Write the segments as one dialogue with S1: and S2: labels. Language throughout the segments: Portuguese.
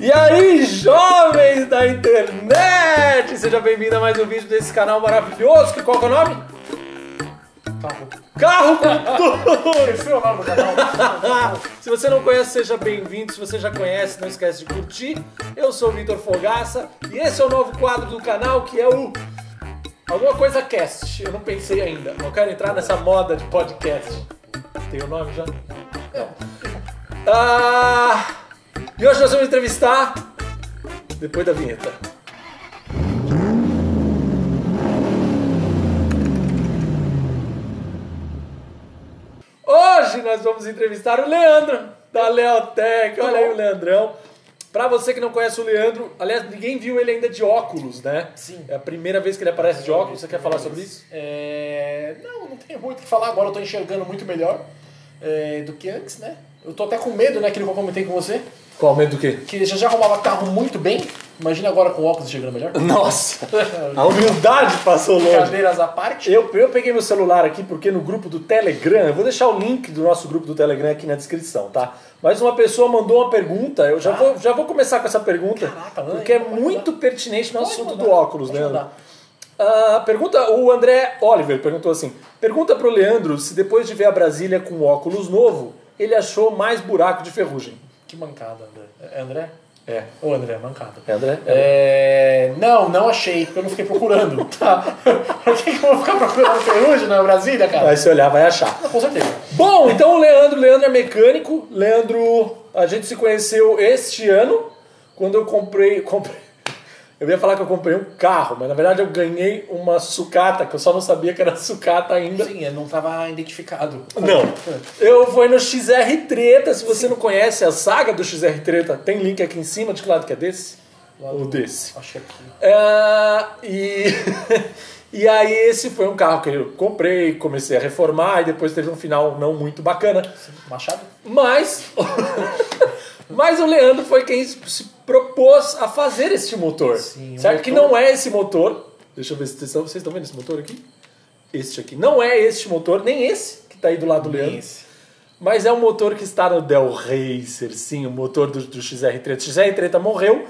S1: E aí, jovens da internet! Seja bem-vindo a mais um vídeo desse canal maravilhoso. Que qual que é o nome? Carro com
S2: Esqueceu o nome do canal?
S1: Tudo! Se você não conhece, seja bem-vindo. Se você já conhece, não esquece de curtir. Eu sou o Vitor Fogaça e esse é o novo quadro do canal que é o Alguma Coisa Cast. Eu não pensei ainda. Não quero entrar nessa moda de podcast. Tem o nome já? Ah, e hoje nós vamos entrevistar depois da vinheta. Hoje nós vamos entrevistar o Leandro da Leotec. Olha aí o Leandrão. Pra você que não conhece o Leandro, aliás, ninguém viu ele ainda de óculos, né?
S2: Sim.
S1: É a primeira vez que ele aparece de óculos. Você quer falar sobre isso?
S2: É, Não, não tenho muito o que falar agora. Eu tô enxergando muito melhor é, do que antes, né? Eu tô até com medo, né? Aquilo que eu comentei com você.
S1: Qual medo do quê?
S2: Que já já arrumava carro muito bem. Imagina agora com óculos enxergando melhor.
S1: Nossa! A humildade passou longe.
S2: Cadeiras à parte.
S1: Eu, eu peguei meu celular aqui porque no grupo do Telegram, eu vou deixar o link do nosso grupo do Telegram aqui na descrição, tá? Mas uma pessoa mandou uma pergunta, eu já, vou, já vou começar com essa pergunta,
S2: Ah. Caraca, manda
S1: porque é
S2: aí, pode
S1: muito pertinente no
S2: Pode
S1: assunto
S2: mandar,
S1: do óculos,
S2: pode
S1: né?
S2: mandar.
S1: Ah, pergunta, o André Oliver perguntou assim: pergunta pro Leandro se depois de ver a Brasília com óculos novo, ele achou mais buraco de ferrugem.
S2: Que mancada, André. É André?
S1: É.
S2: Ô, André, mancada.
S1: É, André?
S2: É, Não, não achei, porque eu não fiquei procurando, tá? Por que que eu vou ficar procurando ferrugem na Brasília, cara?
S1: Aí se olhar, vai achar.
S2: Não, com certeza.
S1: Bom, então o Leandro, Leandro é mecânico. Leandro, a gente se conheceu este ano, quando eu comprei, comprei. Eu ia falar que eu comprei um carro, mas na verdade eu ganhei uma sucata, que eu só não sabia que era sucata ainda.
S2: Sim, eu não tava identificado.
S1: Não. Eu fui no XR Treta, se você não conhece a saga do XR Treta, tem link aqui em cima, de que lado que é desse?
S2: Lado-
S1: Ou desse?
S2: Achei aqui.
S1: É, e, e aí esse foi um carro que eu comprei, comecei a reformar e depois teve um final não muito bacana.
S2: Machado?
S1: Mas, mas o Leandro foi quem se propôs a fazer este motor.
S2: Sim, o
S1: certo? Que
S2: motor-
S1: não é esse motor. Deixa eu ver se vocês estão, vocês estão vendo esse motor aqui? Este aqui. Não é este motor, nem esse que está aí do lado do Leandro. Mas é um motor que está no Del Racer, sim, o motor do, do XR30. O XR30 morreu,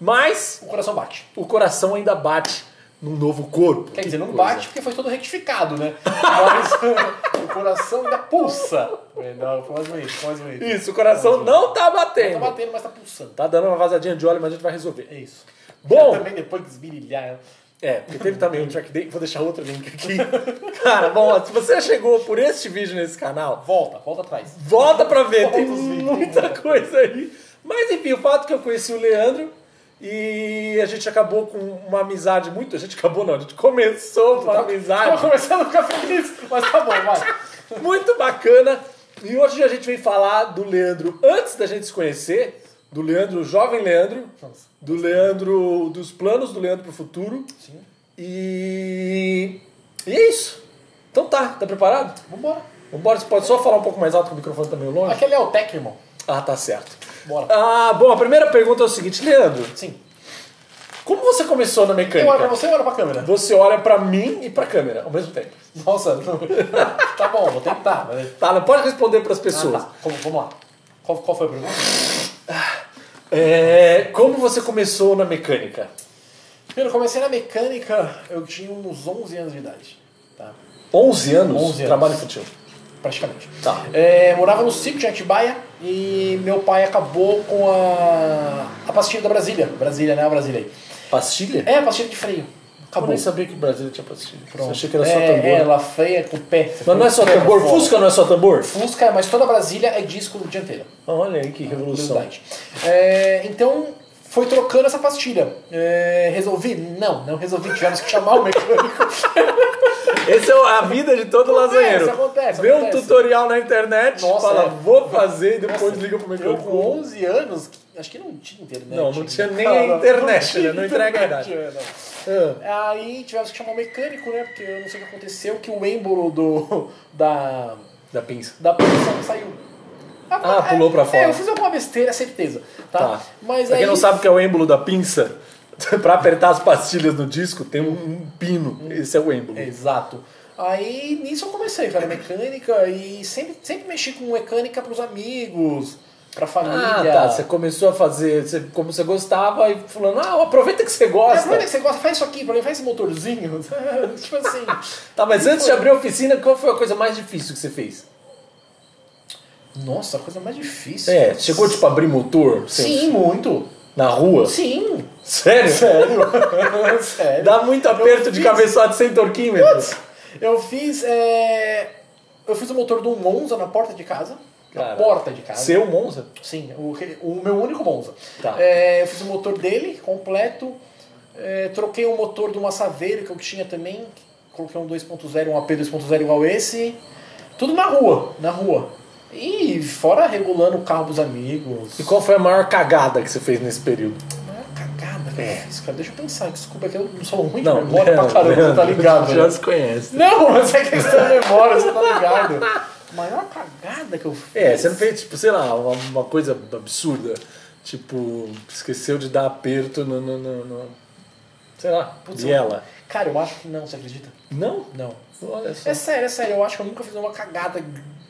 S1: mas
S2: O coração bate.
S1: o coração ainda bate num novo corpo.
S2: Quer
S1: Que
S2: dizer, não
S1: coisa.
S2: bate porque foi todo rectificado, né? Mas o coração ainda pulsa. É, Não, foi mais bonito, foi mais bonito.
S1: Isso, o coração não está
S2: Tá
S1: batendo.
S2: batendo, mas tá pulsando.
S1: Tá dando uma vazadinha de óleo, mas a gente vai resolver.
S2: É isso.
S1: Bom,
S2: Também depois que esmirilhar.
S1: É, porque teve também um track day. Vou deixar outro link aqui. Cara, bom, ó, se você chegou por este vídeo nesse canal,
S2: Volta, volta atrás.
S1: volta pra ver, tem
S2: Outros vídeos.
S1: muita coisa aí. Mas enfim, o fato é que eu conheci o Leandro e a gente acabou com uma amizade muito. A gente acabou, não, a gente começou
S2: Tá
S1: uma
S2: Tava
S1: amizade
S2: começando a ficar feliz, mas tá bom, vai.
S1: muito bacana. E hoje a gente vem falar do Leandro antes da gente se conhecer, do Leandro, o jovem Leandro,
S2: Nossa.
S1: do Leandro, dos planos do Leandro pro futuro.
S2: Sim.
S1: E... e é isso. Então tá, tá preparado?
S2: Vambora.
S1: Vambora, você pode só falar um pouco mais alto que o microfone tá meio longe?
S2: Aquele é o Tec, irmão.
S1: Ah, tá certo.
S2: Bora.
S1: Ah, bom, a primeira pergunta é o seguinte, Leandro,
S2: Sim.
S1: como você começou na
S2: Eu olho pra
S1: mecânica?
S2: você ou olho pra câmera?
S1: Você olha pra mim e pra câmera ao mesmo tempo.
S2: Nossa, não. tá bom, vou tentar. Mas...
S1: Tá, não pode responder pras pessoas.
S2: Ah, tá. Como- Vamos lá. Qual, qual foi a pergunta?
S1: É, como você começou na mecânica?
S2: Primeiro, eu comecei na mecânica, eu tinha uns 11 anos de idade, tá?
S1: 11 anos,
S2: 11 anos.
S1: trabalho infantil.
S2: praticamente.
S1: Tá.
S2: É, morava no sítio de Atibaia e meu pai acabou com a, a pastilha da Brasília. Brasília, né? A Brasília aí.
S1: Pastilha?
S2: É, a pastilha de freio.
S1: Eu
S2: Acabou.
S1: nem sabia que o Brasil tinha pastilha.
S2: Pronto.
S1: Eu achei que era só
S2: é,
S1: tambor.
S2: É, ela freia com o pé. Você
S1: Mas não é só
S2: quebra
S1: tambor,
S2: fora.
S1: Fusca não é só tambor?
S2: Fusca, mas toda a Brasília é disco dianteiro.
S1: Olha aí que revolução.
S2: Curiosidade. É, então, foi trocando essa pastilha. É, resolvi? Não, não resolvi. Tivemos que chamar o mecânico.
S1: Essa é a vida de todo
S2: Acontece,
S1: lasanheiro.
S2: acontece,
S1: Vê um
S2: acontece.
S1: tutorial na internet,
S2: Nossa,
S1: fala,
S2: é.
S1: vou fazer e depois liga pro
S2: Eu
S1: microfone.
S2: com 11 anos, acho que não tinha internet.
S1: Não, não tinha nem
S2: Cara,
S1: a internet,
S2: tinha
S1: né? Não entrega a idade.
S2: internet, é, não.
S1: Ah,
S2: Aí tivemos que chamar o mecânico, né? Porque eu não sei o que aconteceu, que o êmbolo do, da,
S1: Da pinça.
S2: da posição saiu.
S1: Ah, pulou pra
S2: é,
S1: fora.
S2: eu fiz alguma besteira, certeza. Tá.
S1: Tá.
S2: Mas
S1: pra
S2: aí.
S1: quem não sabe o que é o êmbolo da pinça, pra apertar as pastilhas no disco tem um, um pino. Esse é o êmbolo.
S2: É, Exato. Aí nisso eu comecei, cara, mecânica e sempre, sempre mexi com mecânica pros amigos. pra família. É,
S1: Ah, tá. Você começou a fazer você- como você gostava e fulano, ah, aproveita que você
S2: É, o
S1: gosta.
S2: problema é que você gosta, faz isso aqui, pra mim, faz esse motorzinho. tipo assim.
S1: Tá, mas antes de abrir a oficina, qual foi a coisa mais difícil que você fez?
S2: Nossa, a coisa mais difícil.
S1: É, chegou tipo a abrir motor
S2: Sim,
S1: sem-
S2: muito.
S1: na rua?
S2: Sim.
S1: Sério?
S2: Sério? Sério.
S1: É Dá muito aperto de
S2: fiz.
S1: cabeçote sem torquímetro.
S2: Eu fiz. é, Eu fiz o motor de um Monza na porta de casa.
S1: Cara.
S2: Na porta de casa.
S1: Seu Monza?
S2: Sim, o, que- o meu único Monza.
S1: Tá.
S2: É, eu fiz o motor dele completo. é, troquei o motor de uma Saveiro que eu tinha também. Coloquei um 2.0, um AP 2.0 igual esse. Tudo na rua, na rua. E fora regulando o carro dos amigos.
S1: E qual foi a maior cagada que você fez nesse período?
S2: Maior cagada que eu fiz, cara. Deixa eu pensar, desculpa é que eu não sou ruim de
S1: É. Não,
S2: memória pra
S1: Leandro,
S2: caramba, você tá
S1: Leandro,
S2: ligado?
S1: Já
S2: né?
S1: se conhece.
S2: Não, mas é questão de memória, você tá ligado. Maior cagada que eu fiz.
S1: É, você não fez, tipo, sei lá, uma, uma coisa absurda. Tipo, esqueceu de dar aperto no. no, no, no- sei lá,
S2: Putz,
S1: e ela?
S2: Cara, eu acho que não, você acredita?
S1: Não?
S2: Não.
S1: Olha só.
S2: É sério, é sério, eu acho que eu nunca fiz uma cagada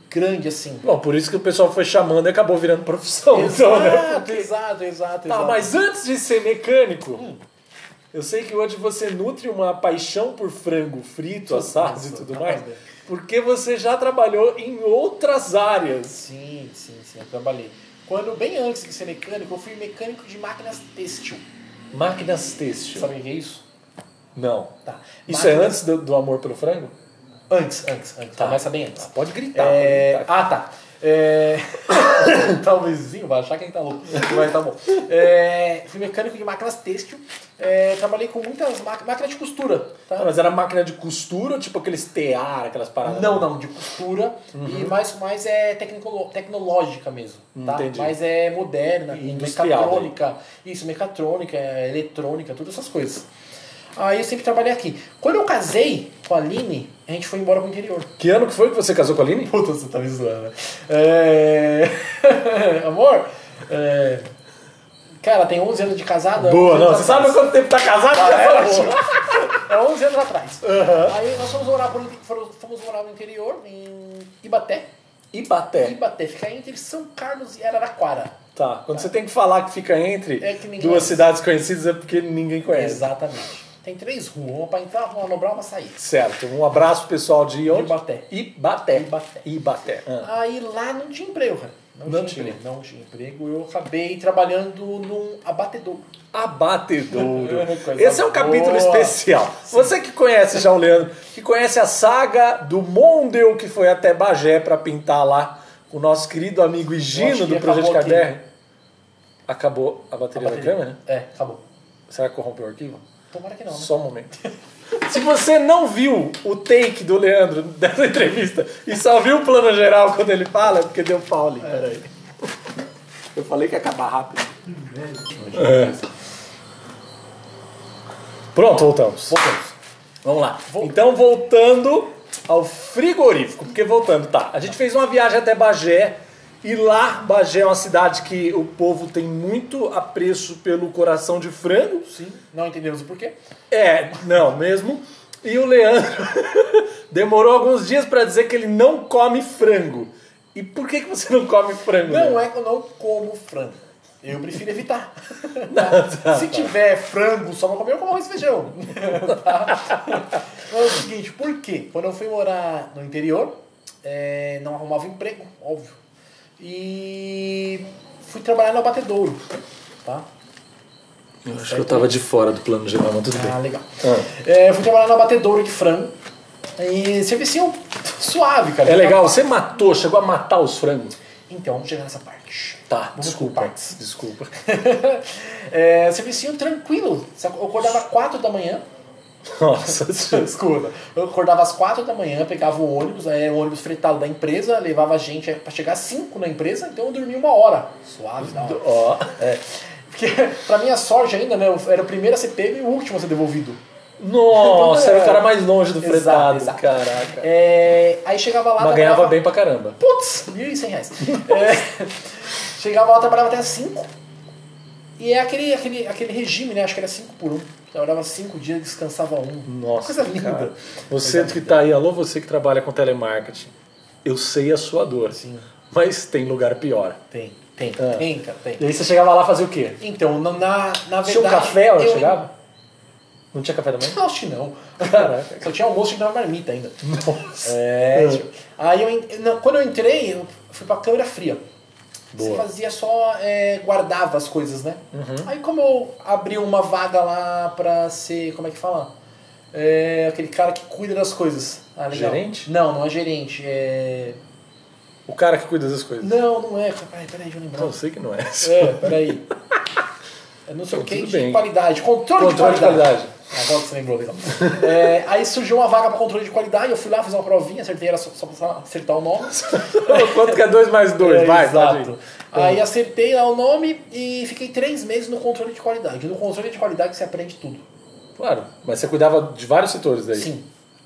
S2: grande assim.
S1: Bom, por isso que o pessoal foi chamando e acabou virando profissão. então, né?
S2: Exato,
S1: Porque-
S2: exato, exato.
S1: Tá,
S2: exato.
S1: mas antes de ser mecânico, eu sei que hoje você nutre uma paixão por frango frito, assado e
S2: nossa,
S1: tudo
S2: capaz
S1: mais,
S2: de.
S1: porque você já trabalhou em outras áreas.
S2: Sim, sim, sim, eu trabalhei. Quando, bem antes de ser mecânico, eu fui mecânico de máquinas têxtil.
S1: Máquinas têxtil.
S2: Sabe o que é isso?
S1: Não.
S2: Tá.
S1: Isso é
S2: Máquinas-
S1: antes do, do amor pelo frango?
S2: Antes, antes, antes.
S1: Tá.
S2: Começa bem antes.
S1: Pode gritar.
S2: É,
S1: pode gritar.
S2: Ah, tá. É... Talvez o vizinho vai achar que a gente tá louco. Mas tá bom. É, Fui mecânico de máquinas têxtil. É, Trabalhei com muitas máquinas, máquinas de costura.
S1: Ah,
S2: Tá?
S1: mas era máquina de costura, ou tipo aqueles tear, aquelas paradas.
S2: Não, não, de costura. E
S1: Uhum.
S2: mais, mais é tecnicolo- tecnológica mesmo. Tá?
S1: Entendi.
S2: Mas é moderna,
S1: E
S2: com
S1: industrial,
S2: mecatrônica. Isso, mecatrônica, é, eletrônica, todas essas coisas. Aí eu sempre trabalhei aqui. Quando eu casei com a Aline, a gente foi embora pro interior.
S1: Que ano que foi que você casou com a Aline?
S2: Puta, você tá me zoando. É... Amor, é... cara, tem 11 anos de casada.
S1: Boa,
S2: 11
S1: não.
S2: anos
S1: Você sabe
S2: atrás.
S1: quanto tempo tá casado?
S2: Ah, é,
S1: Já falou.
S2: ótimo. É 11 anos atrás. Aí nós fomos morar, pro, fomos- fomos morar no interior, em Ibaté.
S1: Ibaté.
S2: Ibaté fica entre São Carlos e Araraquara.
S1: Tá. Quando você tem que falar que fica entre
S2: É que ninguém
S1: duas
S2: conhece.
S1: cidades conhecidas é porque ninguém conhece.
S2: Exatamente. Tem três ruas, uma pra entrar, uma dobrar, uma sair.
S1: Certo. Um abraço pessoal de onde?
S2: Ibaté.
S1: Ibaté.
S2: Ibaté. É.
S1: Ibaté. Ah.
S2: Aí lá não tinha emprego, cara.
S1: Não tinha.
S2: Emprego, não tinha emprego. Eu acabei trabalhando num abatedouro.
S1: Ah. Abatedouro.
S2: Coisa
S1: Esse é um
S2: boa.
S1: capítulo especial. Você que conhece já o Leandro, que conhece a saga do Mondeu que foi até Bagé pra pintar lá o nosso querido amigo
S2: Eu acho
S1: Higino
S2: que
S1: do Projeto
S2: acabou aqui. né?
S1: KDR. Acabou a bateria, da câmera?
S2: É, acabou.
S1: Será que corrompeu o arquivo?
S2: Tomara que não, né?
S1: Só um momento. Se você não viu o take do Leandro dessa entrevista e só viu o plano geral quando ele fala, é porque deu pau ali. Peraí. Eu falei que ia acabar rápido. É. Pronto, voltamos.
S2: Voltamos.
S1: Vamos lá. Então, voltando ao frigorífico, porque voltando, tá. A gente fez uma viagem até Bagé e lá, Bagé é uma cidade que o povo tem muito apreço pelo coração de frango.
S2: Sim, não entendemos o porquê.
S1: É, não, mesmo. E o Leandro demorou alguns dias pra dizer que ele não come frango. E por que, que você não come frango? né?
S2: Não
S1: Leandro?
S2: é que eu não como frango. Eu prefiro evitar.
S1: Não, tá,
S2: Se
S1: tá.
S2: tiver frango só pra comer, eu como arroz e feijão. Tá? Mas é o seguinte, por quê? Quando eu fui morar no interior, é, não arrumava emprego, óbvio. E fui trabalhar no abatedouro. Tá?
S1: Eu acho que eu tava de fora do plano geral, mas tudo bem.
S2: Ah, legal.
S1: Ah.
S2: É, fui trabalhar no abatedouro de frango. E servicinho suave, cara.
S1: É legal, você matou, chegou a matar os frangos.
S2: Então, vamos chegar nessa parte.
S1: Tá,
S2: Vamos
S1: desculpa.
S2: por partes.
S1: Desculpa.
S2: é, servicinho tranquilo. Eu acordava às 4 da manhã.
S1: Nossa senhora.
S2: Desculpa. Eu acordava às 4 da manhã, pegava o ônibus, aí é o ônibus fretado da empresa, levava a gente pra chegar às 5 na empresa, então eu dormia uma hora. Suave, da hora.
S1: Ó.
S2: É. Porque, pra minha sorte ainda, né? Eu era o primeiro a ser pego e o último a ser devolvido.
S1: Nossa, era o cara mais longe do
S2: Exato,
S1: fretado.
S2: exato.
S1: Caraca.
S2: É, aí chegava lá.
S1: Mas ganhava
S2: trabalhava-
S1: bem pra caramba.
S2: Putz, 1.100 reais. É, chegava lá, trabalhava até 5. E é aquele, aquele, aquele regime, né? Acho que era 5 por 1. Um. Trabalhava 5 dias, descansava um.
S1: Nossa,
S2: Coisa linda.
S1: cara. Você que tá aí, alô, você que trabalha com telemarketing, eu sei a sua dor,
S2: Sim.
S1: mas tem lugar pior.
S2: Tem. Tem,
S1: É.
S2: tem, cara, tem.
S1: E aí você chegava lá fazer o quê?
S2: Então, na, na, na verdade.
S1: Tinha um café onde
S2: eu-
S1: chegava? Não tinha café da manhã?
S2: Não, acho que não.
S1: Caraca.
S2: Só tinha almoço e na marmita ainda.
S1: Nossa.
S2: É, tipo, aí eu, en- na- quando eu entrei, eu fui pra câmera fria. Você
S1: Boa. Uhum.
S2: fazia só, é, guardava as coisas, né? Aí como eu abri uma vaga lá pra ser, como é que fala? É, aquele cara que cuida das coisas. Ah, legal.
S1: Gerente?
S2: Não, não é gerente. É...
S1: O cara que cuida das coisas.
S2: Não, não é. Ai, peraí, deixa eu lembrar.
S1: Não, sei que não é.
S2: É, peraí. Eu não sei o
S1: Então,
S2: que
S1: tudo
S2: de
S1: bem.
S2: qualidade. Controle,
S1: Controle de qualidade.
S2: Agora que você lembrou, legal. É, aí surgiu uma vaga para controle de qualidade, eu fui lá, fiz uma provinha, acertei, era só, só pra acertar o nome.
S1: Quanto que é 2 mais 2?
S2: É,
S1: Vai,
S2: exato.
S1: pode ir.
S2: Aí acertei lá o nome e fiquei três meses no controle de qualidade. No controle de qualidade você aprende tudo.
S1: Claro, mas você cuidava de vários setores daí.
S2: Sim.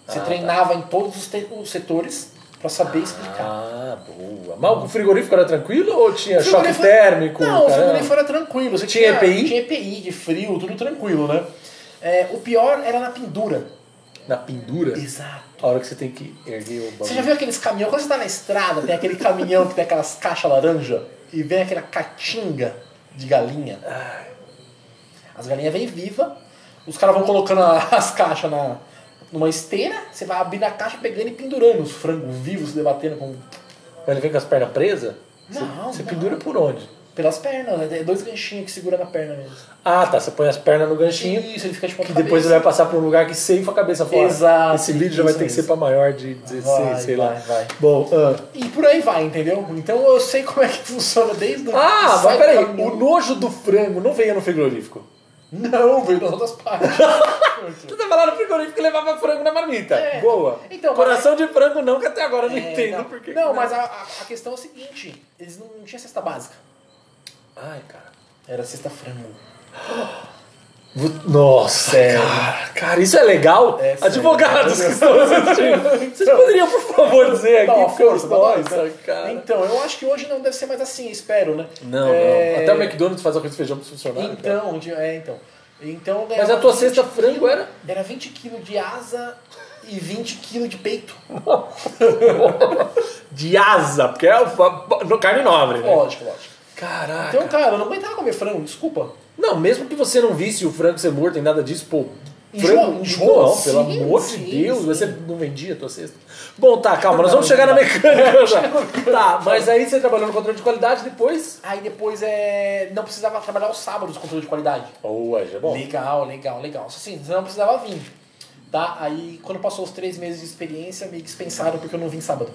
S2: Você treinava em todos os, te- os setores para saber explicar.
S1: Ah, tá. Ah, boa. Mas o frigorífico era tranquilo ou tinha
S2: O
S1: É choque
S2: frigorífero-
S1: térmico?
S2: Não, o
S1: caramba?
S2: frigorífico era tranquilo. Você
S1: Tinha EPI?
S2: Tinha EPI de frio, tudo tranquilo, né? É, o pior era na pendura.
S1: Na pendura?
S2: Exato.
S1: A hora que você tem que erguer o bagulho.
S2: Você já viu aqueles caminhões? Quando você tá na estrada, tem aquele caminhão que tem aquelas caixas laranja e vem aquela catinga de galinha. As galinhas vêm viva, os caras vão colocando a- as caixas na, numa esteira, você vai abrindo a caixa, pegando e pendurando os frangos vivos, se debatendo com,
S1: Mas ele vem com as pernas presas? Você-
S2: Não,
S1: Você
S2: não.
S1: pendura por onde?
S2: pelas pernas, né? É dois ganchinhos que segura na perna mesmo.
S1: Ah, tá. Você põe as pernas no ganchinho.
S2: Isso, ele fica tipo
S1: Que depois ele vai passar por um lugar que ceifa a cabeça fora.
S2: Exato,
S1: Esse vídeo já vai
S2: isso
S1: ter que ser
S2: mesmo.
S1: pra maior de 16,
S2: Vai,
S1: sei
S2: vai,
S1: lá.
S2: vai.
S1: Bom, ah.
S2: E por aí vai, entendeu? Então eu sei como é que funciona desde o-
S1: ah, mas
S2: sai do
S1: peraí.
S2: caminhão.
S1: O nojo do frango não veio no frigorífico.
S2: Não, veio das outras partes.
S1: Você tava lá no frigorífico e levava frango na marmita.
S2: É.
S1: Boa.
S2: Então,
S1: Coração de frango não, que até agora eu não
S2: É,
S1: entendo
S2: não.
S1: por quê.
S2: Não, mas a, a- a questão é o seguinte: eles não, não tinham cesta básica.
S1: Ai, cara.
S2: Era cesta frango.
S1: Vu- Nossa,
S2: Sério.
S1: Cara, cara, isso é legal?
S2: É, sério.
S1: Advogados que estão assistindo, vocês poderiam, por favor, dizer aqui,
S2: Dá uma
S1: porque eu-
S2: força pra nós,
S1: nossa,
S2: né?
S1: Tá cara.
S2: Então, eu acho que hoje não deve ser mais assim, espero, né?
S1: Não,
S2: É,
S1: não. Até o McDonald's faz arroz e feijão pros funcionários. cara.
S2: Então, de- é, então. Então, eu
S1: Mas
S2: ganhava
S1: a tua
S2: 20
S1: cesta
S2: quilo-
S1: frango era?
S2: Era 20 kg de asa e 20 kg de peito.
S1: De asa, porque é o- no carne nobre, né?
S2: Lógico, lógico.
S1: Caraca.
S2: Então, cara, eu não aguentava comer frango, desculpa.
S1: Não, mesmo que você não visse o frango ser morto e nada disso, pô.
S2: Enjoa-
S1: Frango,
S2: enjoa,
S1: não, pelo
S2: sim,
S1: amor
S2: sim,
S1: de Deus,
S2: sim.
S1: você não vendia a tua cesta. Bom, tá, calma, nós vamos chegar na mecânica já. Tá, mas aí você trabalhou no controle de qualidade depois.
S2: Aí depois é. Não precisava trabalhar os sábados com controle de qualidade.
S1: Boa, já é bom.
S2: Legal, legal, legal. Assim, você não precisava vir. Tá? Aí, quando passou os três meses de experiência, me dispensaram porque eu não vim sábado.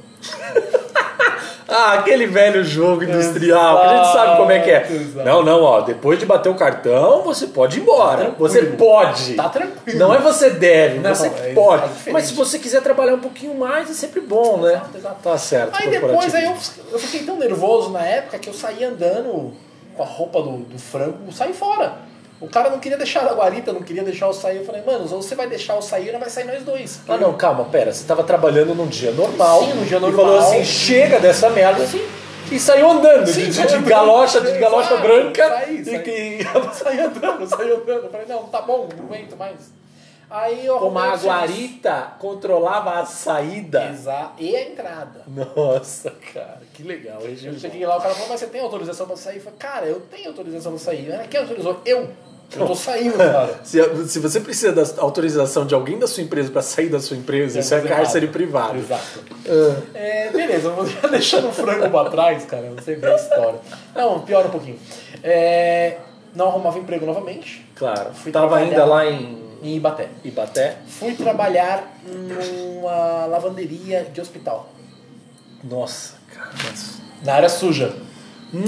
S1: Ah, aquele velho jogo industrial, que a gente sabe como é que é.
S2: Exato.
S1: Não, não, ó, depois de bater o cartão, você pode ir embora.
S2: Tá Tranquilo.
S1: Você pode.
S2: Tá tranquilo.
S1: Não é você deve,
S2: Não,
S1: você
S2: é-
S1: pode.
S2: é diferente.
S1: Mas se você quiser trabalhar um pouquinho mais, é sempre bom, né?
S2: Exato, exato.
S1: Tá certo.
S2: Aí depois aí eu,
S1: corporativismo.
S2: eu fiquei tão nervoso na época que eu saí andando com a roupa do, do frango, saí fora. O cara não queria deixar a guarita, não queria deixar eu sair. Eu falei, mano, ou você vai deixar eu sair ou não vai sair nós dois.
S1: Ah, não, calma, pera. Você tava trabalhando num dia normal.
S2: Sim, num dia
S1: E
S2: normal.
S1: falou assim: chega dessa merda. E saiu andando,
S2: Sim,
S1: de, de-
S2: saiu
S1: de
S2: andando.
S1: galocha, de galocha
S2: Exato,
S1: branca.
S2: saí,
S1: E
S2: saí.
S1: que.
S2: Eu saí andando, eu saí andando. Eu falei, não, tá bom, não aguento mais. Aí eu
S1: Como a
S2: arrumei um
S1: guarita controlava a saída.
S2: serviço. Exa- E a entrada.
S1: Nossa, cara, que legal, Regina.
S2: Eu cheguei lá, o cara falou, mas você tem autorização pra sair? Eu falei, cara, eu tenho autorização pra sair. Mas Quem autorizou? Eu. Eu tô saindo, cara.
S1: Se, se você precisa da autorização de alguém da sua empresa para sair da sua empresa, isso é
S2: coisa
S1: cárcere
S2: errada.
S1: privado.
S2: Exato.
S1: Ah,
S2: É, beleza, eu vou já deixando o frango pra trás, cara. Você vê a história. Não, piora um pouquinho. É, não arrumava emprego novamente
S1: claro.
S2: Fui
S1: Tava
S2: trabalhar.
S1: ainda lá em
S2: em Ibaté.
S1: Ibaté.
S2: Fui trabalhar numa lavanderia de hospital.
S1: Nossa, cara. nossa.
S2: Na área suja.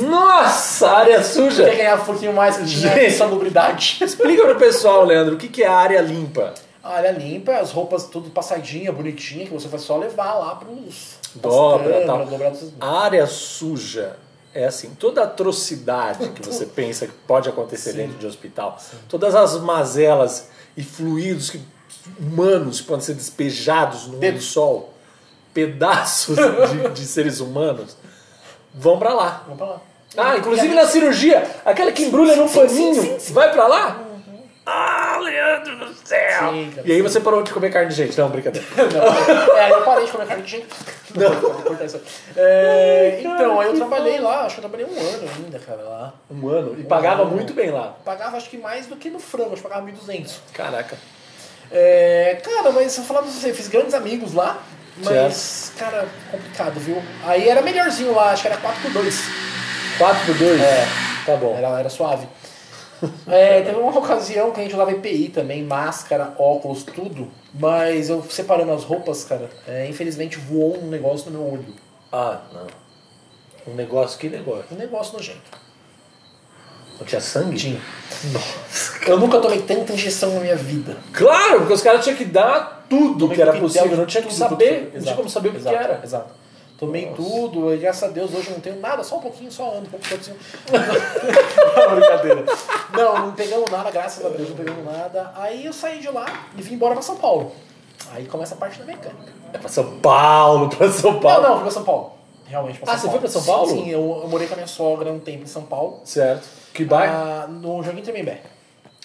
S1: Nossa, área
S2: Quer
S1: suja!
S2: ganhar um pouquinho mais que tinha
S1: Gente.
S2: salubridade.
S1: Explica pro pessoal, Leandro, o que, que é a área limpa?
S2: A área limpa, as roupas tudo passadinha, bonitinha, que você vai só levar lá pros... pras
S1: Dobra,
S2: câmeras,
S1: tal.
S2: dobrar tudo.
S1: A área suja é assim, toda atrocidade que você pensa que pode acontecer dentro de um hospital, todas as mazelas e fluidos que- humanos que podem ser despejados no
S2: Dedo.
S1: sol, pedaços de, de seres humanos, vão pra lá.
S2: Vamos pra lá.
S1: Ah, inclusive na cirurgia, aquela que embrulha num
S2: sim, sim,
S1: paninho,
S2: sim, sim.
S1: vai pra lá? Ah, Leandro do céu!
S2: Sim, cara.
S1: e aí você parou de comer carne de gente. Não, brincadeira.
S2: Não, é, eu parei de comer carne de gente. Não, vou cortar isso aí. É,
S1: Ai, cara,
S2: então, aí eu
S1: que
S2: trabalhei lá, acho que eu trabalhei um ano ainda, cara, lá.
S1: Um ano. E pagava
S2: ano.
S1: muito bem lá.
S2: Pagava acho que mais do que no frango, acho que pagava 1.200.
S1: Caraca.
S2: É, cara, mas eu falava pra você, fiz grandes amigos lá, mas, cara, complicado, viu? Aí era melhorzinho lá, acho que era 4 por 2
S1: 4 por 2?
S2: É.
S1: Tá bom.
S2: Era, era suave. É, teve uma ocasião que a gente usava EPI também, máscara, óculos, tudo. Mas eu separando as roupas, cara, é, infelizmente voou um negócio no meu olho.
S1: Ah, não. Um negócio, que negócio?
S2: Um negócio nojento.
S1: Não tinha sangue?
S2: Tinha.
S1: Nossa.
S2: Eu nunca tomei tanta injeção na minha vida.
S1: Claro, porque os caras tinham que dar tudo que era possível. Não tinha que
S2: Tudo,
S1: saber,
S2: tudo.
S1: não tinha
S2: Exato,
S1: como saber o que, que
S2: exato,
S1: era.
S2: Exato. Tomei
S1: Nossa.
S2: tudo, e graças a Deus hoje eu não tenho nada, só um pouquinho, só ando, um pouco, um pouquinho.
S1: Não, brincadeira.
S2: Não, não pegamos nada, graças a Deus, não pegamos nada. Aí eu saí de lá e vim embora pra São Paulo. Aí começa a parte da mecânica.
S1: É pra São Paulo, pra São Paulo.
S2: Não, não, fui pra São Paulo. Realmente, pra
S1: Ah, você foi pra São Paulo?
S2: Sim, sim, eu, eu morei com a minha sogra um tempo em São Paulo.
S1: Certo. Que bairro?
S2: ah, no Jardim Tremembé.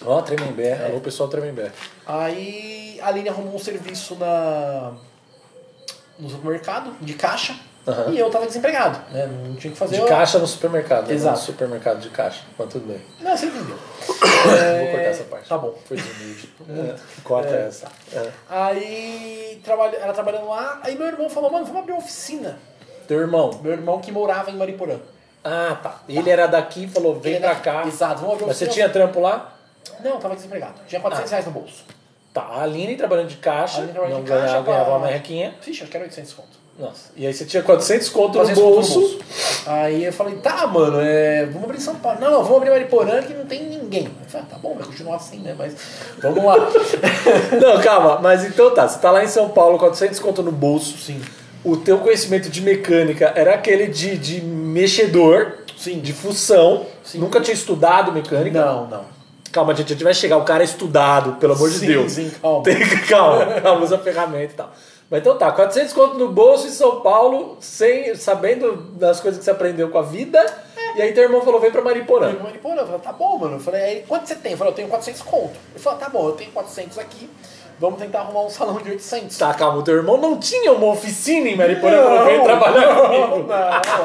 S1: Ó, Tremembé. Alô, pessoal Tremembé.
S2: Aí a Aline arrumou um serviço na, no supermercado, de caixa,
S1: Aham.
S2: e eu tava desempregado, né? Não tinha o que fazer.
S1: De
S2: eu-
S1: caixa no supermercado. né?
S2: Exato.
S1: No supermercado de caixa. Mas tudo bem.
S2: Não, você entendeu.
S1: Vou cortar essa parte.
S2: Tá bom.
S1: Foi desumilde. É, corta
S2: É.
S1: essa. É.
S2: Aí trabalha, ela trabalhando lá, aí meu irmão falou, mano, vamos abrir uma oficina.
S1: Teu irmão.
S2: Meu irmão que morava em Mariporã.
S1: Ah, tá. Ele era daqui e falou, vem
S2: Ele
S1: pra
S2: era-
S1: cá.
S2: Exato, vamos abrir uma
S1: Mas você tinha
S2: oficina.
S1: trampo lá?
S2: Não, eu tava desempregado. Tinha 400 reais no bolso.
S1: Tá. A Aline trabalhando de caixa.
S2: A Aline trabalhando
S1: não
S2: de caixa,
S1: ganhava,
S2: pá.
S1: ganhava uma merrequinha.
S2: Vixe, acho que era 800 conto.
S1: Nossa. E aí você tinha 400 conto no
S2: 400 conto
S1: bolso.
S2: Aí eu falei, tá, mano, é, vamos abrir em São Paulo. Não, não, vamos abrir Mariporã que não tem ninguém. Eu falei, ah, tá bom, vai continuar assim, né? Mas vamos lá.
S1: Não, calma. Mas então tá. Você tá lá em São Paulo, 400 conto no bolso.
S2: Sim.
S1: O teu conhecimento de mecânica era aquele de, de mexedor,
S2: Sim.
S1: de função. Nunca tinha estudado mecânica.
S2: Não, não.
S1: Calma, gente, a gente vai chegar. O cara é estudado, pelo amor
S2: Sim,
S1: de Deus.
S2: sim, calma.
S1: Tem que- calma, calma, usa ferramenta e tal. Mas então tá, 400 conto no bolso em São Paulo, sem, sabendo das coisas que você aprendeu com a vida. E aí teu irmão falou, vem pra
S2: Eu
S1: Mariporã.
S2: falei, Mariporã, eu falei, tá bom, mano. Eu falei, aí, quanto você tem? Eu falei, eu tenho 400 conto. Ele falou, tá bom, eu tenho 400 aqui. Vamos tentar arrumar um salão de 800.
S1: Tá, calma, o teu irmão não tinha uma oficina em Mariporã,
S2: Não,
S1: falou, vem trabalhar comigo.
S2: Não, não, lógico que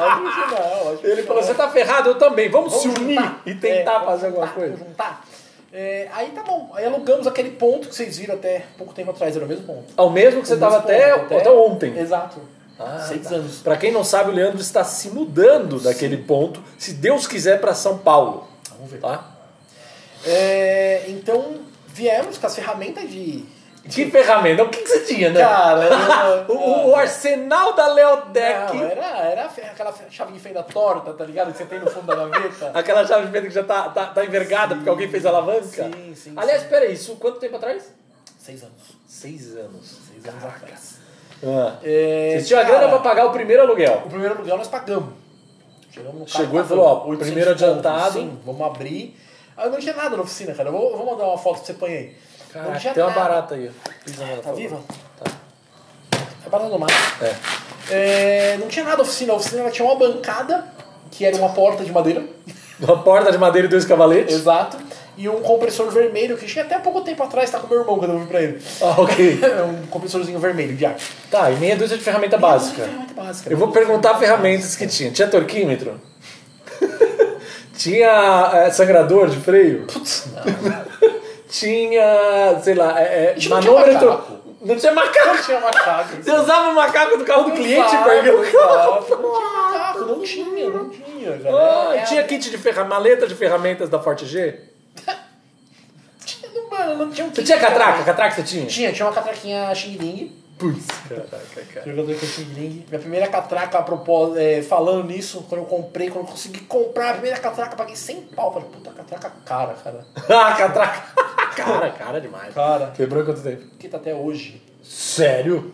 S2: não, lógico que
S1: Ele falou,
S2: não.
S1: você tá ferrado, eu também, vamos,
S2: Vamos
S1: se unir
S2: juntar.
S1: e
S2: É,
S1: tentar
S2: vamos
S1: fazer alguma
S2: juntar,
S1: coisa.
S2: vamos Juntar. É, aí tá bom. Aí alugamos aquele ponto que vocês viram até pouco tempo atrás, era o mesmo ponto.
S1: Ao mesmo que você
S2: O
S1: tava
S2: mesmo
S1: até,
S2: ponto, é.
S1: até... ontem.
S2: Exato.
S1: Ah,
S2: Seis
S1: tá.
S2: anos.
S1: Pra quem não sabe, o Leandro está se mudando daquele ponto, se Deus quiser, pra São Paulo.
S2: Vamos ver.
S1: Tá? Ah.
S2: É, então, viemos com as ferramentas de.
S1: Que ferramenta? O que, que você tinha, né?
S2: Cara,
S1: o,
S2: eu-
S1: o- o arsenal da Leodec.
S2: Não, é. era, era a fe- aquela fe- chave de fenda torta, tá ligado? Que você tem no fundo da gaveta.
S1: Aquela chave de pedra que já tá, tá, tá envergada
S2: Sim,
S1: porque alguém fez alavanca.
S2: sim, sim,
S1: Aliás, peraí, isso quanto tempo atrás?
S2: Seis anos.
S1: Seis anos.
S2: Seis anos atrás.
S1: Ah.
S2: É,
S1: Vocês tinham a
S2: cara,
S1: grana pra pagar o primeiro aluguel.
S2: O primeiro aluguel nós pagamos. Chegamos no
S1: Chegou e
S2: pagamos
S1: falou, ó,
S2: 800
S1: primeiro
S2: conto.
S1: adiantado.
S2: Sim, vamos abrir. Aí não tinha nada na oficina, cara. Eu vou, eu vou mandar uma foto pra você põe aí. não
S1: Caraca,
S2: tinha
S1: tem uma
S2: nada.
S1: barata aí. Pisa nela, por
S2: Tá
S1: favor.
S2: viva?
S1: Tá.
S2: É barata do mar.
S1: É.
S2: É, não tinha nada na oficina. A oficina ela tinha uma bancada, que era uma porta de madeira.
S1: Uma porta de madeira e dois cavaletes.
S2: Exato. E um compressor vermelho, que tinha até pouco tempo atrás, tá com meu irmão quando eu fui pra ele.
S1: Ah, ok.
S2: É um compressorzinho vermelho de ar.
S1: Tá, e meia dúzia de ferramenta
S2: É
S1: básica.
S2: muito básica.
S1: Eu vou perguntar ferramentas que tinha. Tinha torquímetro? tinha eh, sangrador de freio?
S2: Putz, não.
S1: Tinha, sei lá, é, é,
S2: Isso não tinha
S1: manobra
S2: macaco.
S1: eletro- Não tinha macaco.
S2: Não tinha macaco.
S1: Você usava o macaco do carro do um cliente
S2: Exato,
S1: pra erguer o carro.
S2: exato. um Não tinha, não tinha, cara.
S1: Ah,
S2: É,
S1: tinha kit de ferra... maleta de ferramentas da Forte G?
S2: tinha- Não, mano, não tinha um
S1: Você tinha catraca? Catraca você tinha?
S2: Tinha, tinha uma catraquinha xing-ling.
S1: Putz, caraca, cara.
S2: Tinha uma catraquinha xing-ling. Minha primeira catraca, a propósito, é, falando nisso, quando eu comprei, quando eu consegui comprar a primeira catraca, eu paguei 100 pau. Falei, puta, catraca é cara, cara.
S1: Ah, catraca. Cara, cara demais.
S2: Cara,
S1: Quebrou em quanto tempo?
S2: que tá até hoje.
S1: Sério?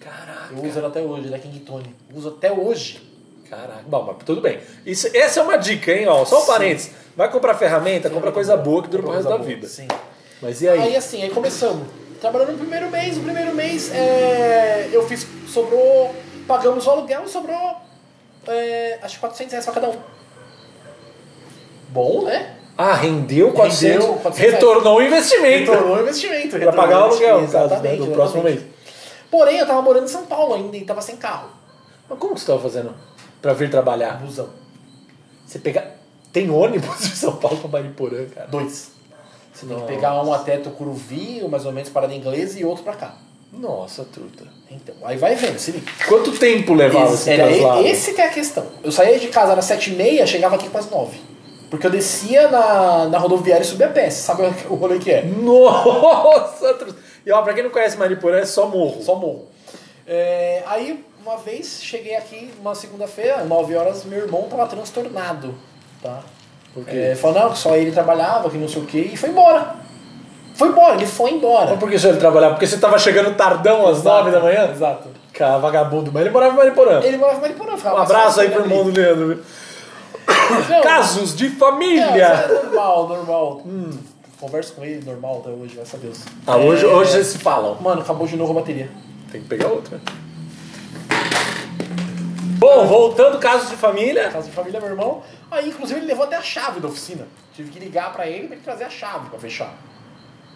S1: Caraca.
S2: Eu uso ela até hoje, da King Tony. Uso até hoje.
S1: Caraca, bom, mas tudo bem. Isso, essa é uma dica, hein? Ó, só um
S2: Sim.
S1: parênteses. Vai comprar ferramenta, compra coisa boa que dura pro
S2: Compra
S1: resto da
S2: coisa
S1: vida.
S2: boa, Sim.
S1: Mas e aí?
S2: Aí assim, aí começamos. Trabalhando no primeiro mês, o primeiro mês é, eu fiz, sobrou, pagamos o aluguel, sobrou é, acho que 400 reais pra cada um. Bom, né?
S1: Ah, rendeu 400.
S2: Rendeu 400
S1: retornou o investimento.
S2: Retornou o investimento.
S1: Pra
S2: retornou
S1: pagar o aluguel, no
S2: investimento,
S1: caso, né, do próximo mês.
S2: Porém, eu tava morando em São Paulo ainda e tava sem carro.
S1: Mas como que você tava fazendo pra vir trabalhar?
S2: Busão.
S1: Você pega. Tem ônibus de São Paulo pra Mariporã, cara.
S2: Dois. Você tem
S1: Nossa.
S2: que pegar um até Tucuruvi, mais ou menos parada inglesa, e outro pra cá.
S1: Nossa, truta.
S2: Então, aí vai vendo, se liga.
S1: Quanto tempo levava
S2: Esse-
S1: esse
S2: era-
S1: traslado?
S2: esse que é a questão. Eu saía de casa às 7h30, chegava aqui quase 9 Porque eu descia na, na rodoviária e subia a pé. Você sabe o rolê que é?
S1: Nossa, truta. E ó, pra quem não conhece Mariporã, é só morro.
S2: Só morro. É, aí, uma vez, cheguei aqui, uma segunda-feira, 9 horas, meu irmão tava transtornado. Tá?
S1: Por quê?
S2: É, falou, não, que só ele trabalhava, que não sei o quê, e foi embora. Foi embora, ele foi embora.
S1: Mas por que você ia trabalhar? Porque você tava chegando tardão às
S2: Exato,
S1: 9 da manhã?
S2: exato.
S1: Cara, vagabundo. Mas ele morava em Mariporã.
S2: Ele morava em Mariporã.
S1: Um abraço aí pro irmão do Leandro. Casos de família!
S2: É, normal, normal. Hum, Converso com ele normal até hoje, graças a Deus.
S1: Ah, hoje,
S2: É,
S1: hoje vocês se falam.
S2: Mano, acabou de novo a bateria.
S1: Tem que pegar outra. Bom, voltando casos de família.
S2: Casa de família, meu irmão. Aí, inclusive, ele levou até a chave da oficina. Tive que ligar pra ele pra ele trazer a chave pra fechar.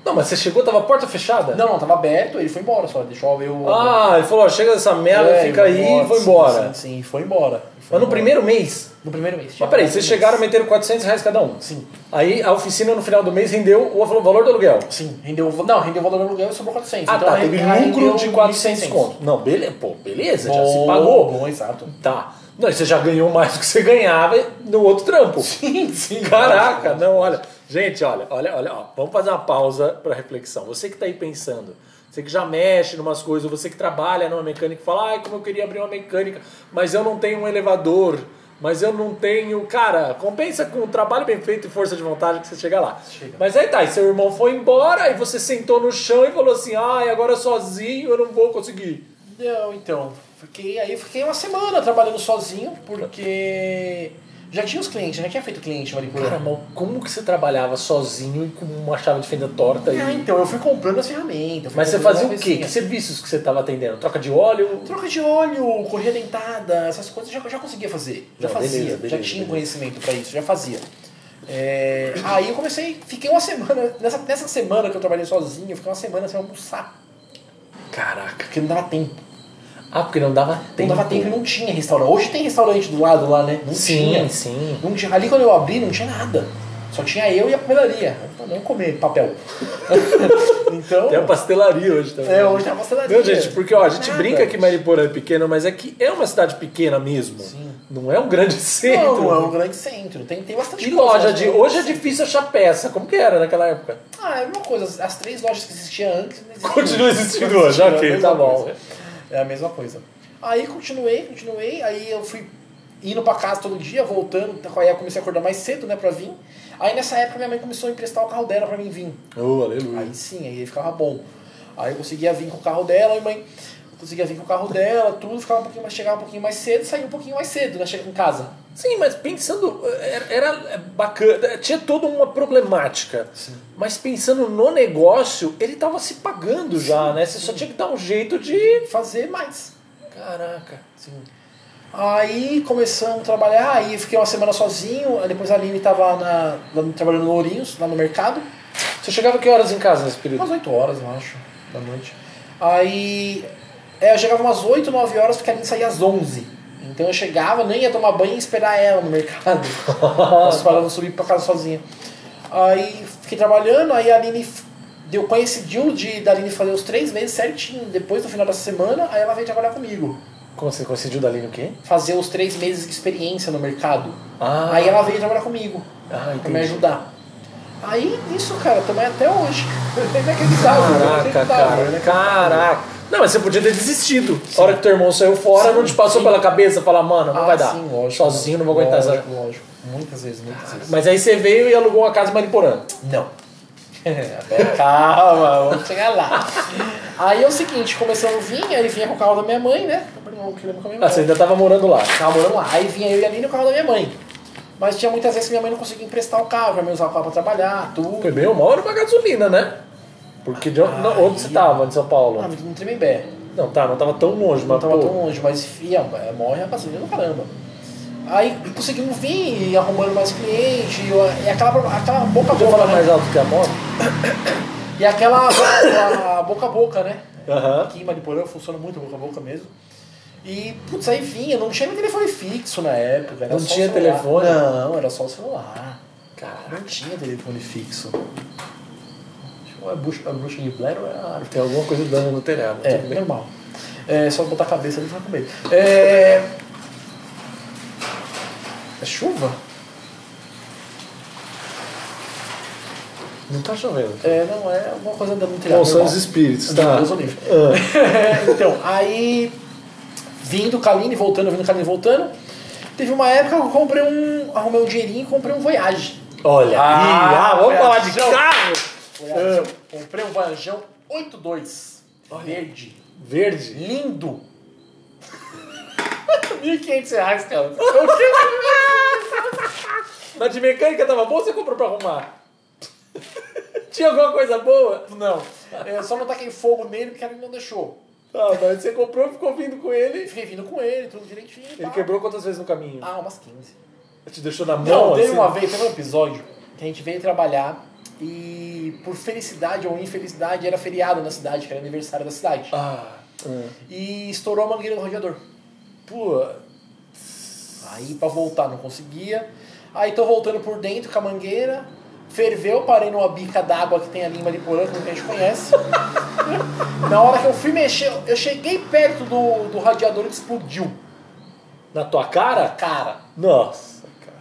S1: Não, mas você chegou, tava a porta fechada?
S2: Não, não, tava aberto, ele foi embora só. Deixou eu.
S1: Ah, ele falou, ó, chega dessa merda,
S2: É,
S1: fica aí e foi
S2: sim,
S1: embora.
S2: Sim, sim, foi embora. Foi
S1: Mas no
S2: embora.
S1: primeiro mês.
S2: No primeiro mês.
S1: Mas peraí,
S2: chegou
S1: vocês
S2: no primeiro
S1: chegaram, meteram 400 reais cada um.
S2: mês. Sim.
S1: Aí a oficina no final do mês rendeu o valor do aluguel.
S2: Sim, rendeu, não, rendeu o valor do aluguel e sobrou 400.
S1: Ah,
S2: Então,
S1: tá,
S2: aí-
S1: teve
S2: aí
S1: lucro
S2: rendeu
S1: de 400
S2: 1.600.
S1: conto. Não, beleza, pô, beleza, já
S2: Bom,
S1: se pagou.
S2: Bom, exato.
S1: Tá. Não, e você já ganhou mais do que você ganhava no outro trampo.
S2: Sim, sim.
S1: Caraca, não, olha. Gente, olha, olha, olha, ó, vamos fazer uma pausa para reflexão. Você que tá aí pensando, você que já mexe em umas coisas, você que trabalha numa mecânica e fala, ai, como eu queria abrir uma mecânica, mas eu não tenho um elevador, mas eu não tenho. Cara, compensa com o trabalho bem feito e força de vontade que você chega lá.
S2: Chega.
S1: Mas aí tá, e seu irmão foi embora, e você sentou no chão e falou assim, ai, agora sozinho eu não vou conseguir.
S2: Não, então. Fiquei aí, fiquei uma semana trabalhando sozinho, porque já tinha os clientes, já tinha feito cliente
S1: Cara,
S2: Mariporã.
S1: mas como que você trabalhava sozinho e com uma chave de fenda torta?
S2: Ah,
S1: E...
S2: então, eu fui comprando as ferramentas. eu fui
S1: Mas você
S2: comprando
S1: fazia o
S2: as
S1: quê? Que
S2: coisinhas.
S1: serviços que você estava atendendo? Troca de óleo?
S2: Troca de óleo, correia dentada, essas coisas eu já, eu já conseguia fazer. Já
S1: Não,
S2: fazia,
S1: beleza, beleza,
S2: já tinha um
S1: beleza.
S2: conhecimento pra isso, já fazia. É, aí eu comecei, fiquei uma semana, nessa, nessa semana que eu trabalhei sozinho, eu fiquei uma semana sem almoçar,
S1: Caraca.
S2: porque não dava tempo.
S1: Ah, porque não dava tempo.
S2: Não dava tempo e não tinha restaurante. Hoje tem restaurante do lado lá, né? Não
S1: Sim,
S2: tinha.
S1: sim.
S2: Não tinha- ali quando eu abri, não tinha nada. Só tinha eu e a papelaria. Então, não comer papel. então.
S1: Tem a pastelaria hoje também.
S2: É, hoje tem a pastelaria.
S1: Não, gente, porque ó, a gente
S2: Nada.
S1: brinca que Mariporã é pequena, mas é que é uma cidade pequena mesmo.
S2: Sim.
S1: Não é um grande
S2: Não,
S1: centro.
S2: não é um grande centro. Tem, tem bastante
S1: E
S2: coisa, né?
S1: loja
S2: mas
S1: de.
S2: não-
S1: Hoje é difícil achar peça. Como que era naquela época?
S2: Ah, é uma coisa. As três lojas que existiam antes. né? não existem
S1: Continua
S2: hoje.
S1: existindo hoje.
S2: Continua, é a
S1: Ok,
S2: mesma
S1: tá bom.
S2: coisa. É a mesma coisa. Aí continuei, continuei. Aí eu fui indo pra casa todo dia, voltando. tá, Aí eu comecei a acordar mais cedo, né, pra vir. Aí nessa época minha mãe começou a emprestar o carro dela pra mim vir.
S1: Oh, aleluia.
S2: Aí sim, aí ficava bom. Aí eu conseguia vir com o carro dela, e mãe conseguia vir com o carro dela, tudo, ficava um pouquinho mais, chegava um pouquinho mais cedo, saía um pouquinho mais cedo, né? Chegava em casa.
S1: Sim, mas pensando, era, era bacana, tinha toda uma problemática. Mas pensando no negócio, ele tava se pagando já, né? Você só tinha que dar um jeito de.
S2: Fazer mais.
S1: Caraca.
S2: Sim. Aí começamos a trabalhar, aí eu fiquei uma semana sozinho, aí depois a Aline tava na, lá- trabalhando no Ourinhos, lá no mercado,
S1: Você chegava que horas em casa nesse período?
S2: umas 8 horas, eu acho, da noite. Aí é, eu chegava umas 8, 9 horas, porque a Aline saía às 11. Então eu chegava, nem ia tomar banho e esperar ela no mercado. Nós paramos subir pra casa sozinha. Aí fiquei trabalhando, aí a Aline f- deu, coincidiu de, da Aline fazer os três meses certinho, depois no final da semana, aí ela veio trabalhar comigo.
S1: Como você coincidiu da linha o quê?
S2: Fazer os três meses de experiência no mercado.
S1: Ah,
S2: Aí ela veio trabalhar comigo,
S1: ah
S2: pra me
S1: entendi.
S2: ajudar. Aí isso, cara, também até hoje. É inacreditável.
S1: Caraca,
S2: inacreditável,
S1: cara.
S2: né?
S1: Caraca. Não, mas você podia ter desistido. A hora que teu irmão saiu fora, não te passou pela cabeça falar, mano, não
S2: Ah,
S1: vai dar.
S2: Sim, lógico,
S1: Sozinho não vou aguentar
S2: lógico,
S1: essa.
S2: Lógico, Muitas vezes, muitas vezes.
S1: Mas aí você veio e alugou uma casa em Mariporã.
S2: Não. Calma, vamos chegar lá. Aí é o seguinte, começou a vir, aí ele vinha com o carro da minha mãe, né? Eu não queria com a minha
S1: Ah,
S2: mãe.
S1: você ainda tava morando lá.
S2: Tava morando lá. Aí vinha eu e a Aline no carro da minha mãe. Mas tinha muitas vezes que minha mãe não conseguia emprestar o carro, pra mim usar o carro pra trabalhar, tudo.
S1: Bebeu uma hora uma gasolina, né? Porque de onde, não, onde você tava, em São Paulo?
S2: Ah, mas não Tremembé.
S1: Não, tá, não tava tão longe,
S2: Não
S1: mas
S2: tava
S1: pô,
S2: é, tão longe, mas fia, morre a gasolina do caramba. Aí conseguimos vir e arrumando mais cliente, e eu- e aquela, aquela boca a
S1: Deixa eu
S2: boca,
S1: falar
S2: né?
S1: mais alto que a moto.
S2: E aquela a- a boca a boca, né?
S1: Aham.
S2: Aqui em Mariporã funciona muito boca a boca mesmo. E, putz, aí vinha, não tinha nem telefone fixo na época. Era
S1: Não
S2: só o
S1: tinha
S2: celular.
S1: telefone?
S2: Não, era só o celular.
S1: Caraca.
S2: Não tinha telefone fixo. Acho que é bruxa, a bruxa de Blair ou é a
S1: Tem alguma coisa dando no telhado.
S2: é,
S1: tudo bem.
S2: normal. É, só botar a cabeça ali pra comer. É... é chuva?
S1: Não tá chovendo.
S2: É, não, é alguma coisa dando um
S1: Bom,
S2: telhado.
S1: são
S2: normal.
S1: os espíritos,
S2: Não,
S1: tá?
S2: Deus o livre.
S1: Ah,
S2: então, aí vindo Kaline, voltando, vindo Kaline, voltando. Teve uma época que eu comprei um. Arrumei um dinheirinho e comprei um Voyage.
S1: Olha,
S2: Ah,
S1: aí, ah, vamos
S2: olha
S1: falar de
S2: só.
S1: carro.
S2: Voyage.
S1: Ah.
S2: Comprei um Voyageão 82. Verde.
S1: Verde.
S2: Lindo. 1.500 reais, cara. Eu tinha-
S1: Na de mecânica tava boa ou você comprou pra arrumar? Tinha alguma coisa boa?
S2: Não. Eu É, só não taquei fogo nele porque ele não deixou.
S1: Ah, mas você comprou e ficou vindo com
S2: Eu
S1: ele.
S2: fiquei vindo com ele, tudo direitinho. e
S1: Ele
S2: tal.
S1: quebrou quantas vezes no caminho?
S2: Ah, umas 15.
S1: Te deixou na mão?
S2: Não, teve
S1: assim?
S2: uma vez, teve um episódio que a gente veio trabalhar e por felicidade ou infelicidade era feriado na cidade, que era aniversário da cidade.
S1: Ah, ah.
S2: E estourou a mangueira do radiador.
S1: pô.
S2: Aí pra voltar não conseguia. Aí tô voltando por dentro com a mangueira. Ferveu, parei numa bica d'água que tem ali em Mariporã, que a gente conhece. Na hora que eu fui mexer, eu cheguei perto do, do radiador e explodiu.
S1: Na tua cara?
S2: Cara,
S1: Nossa, cara.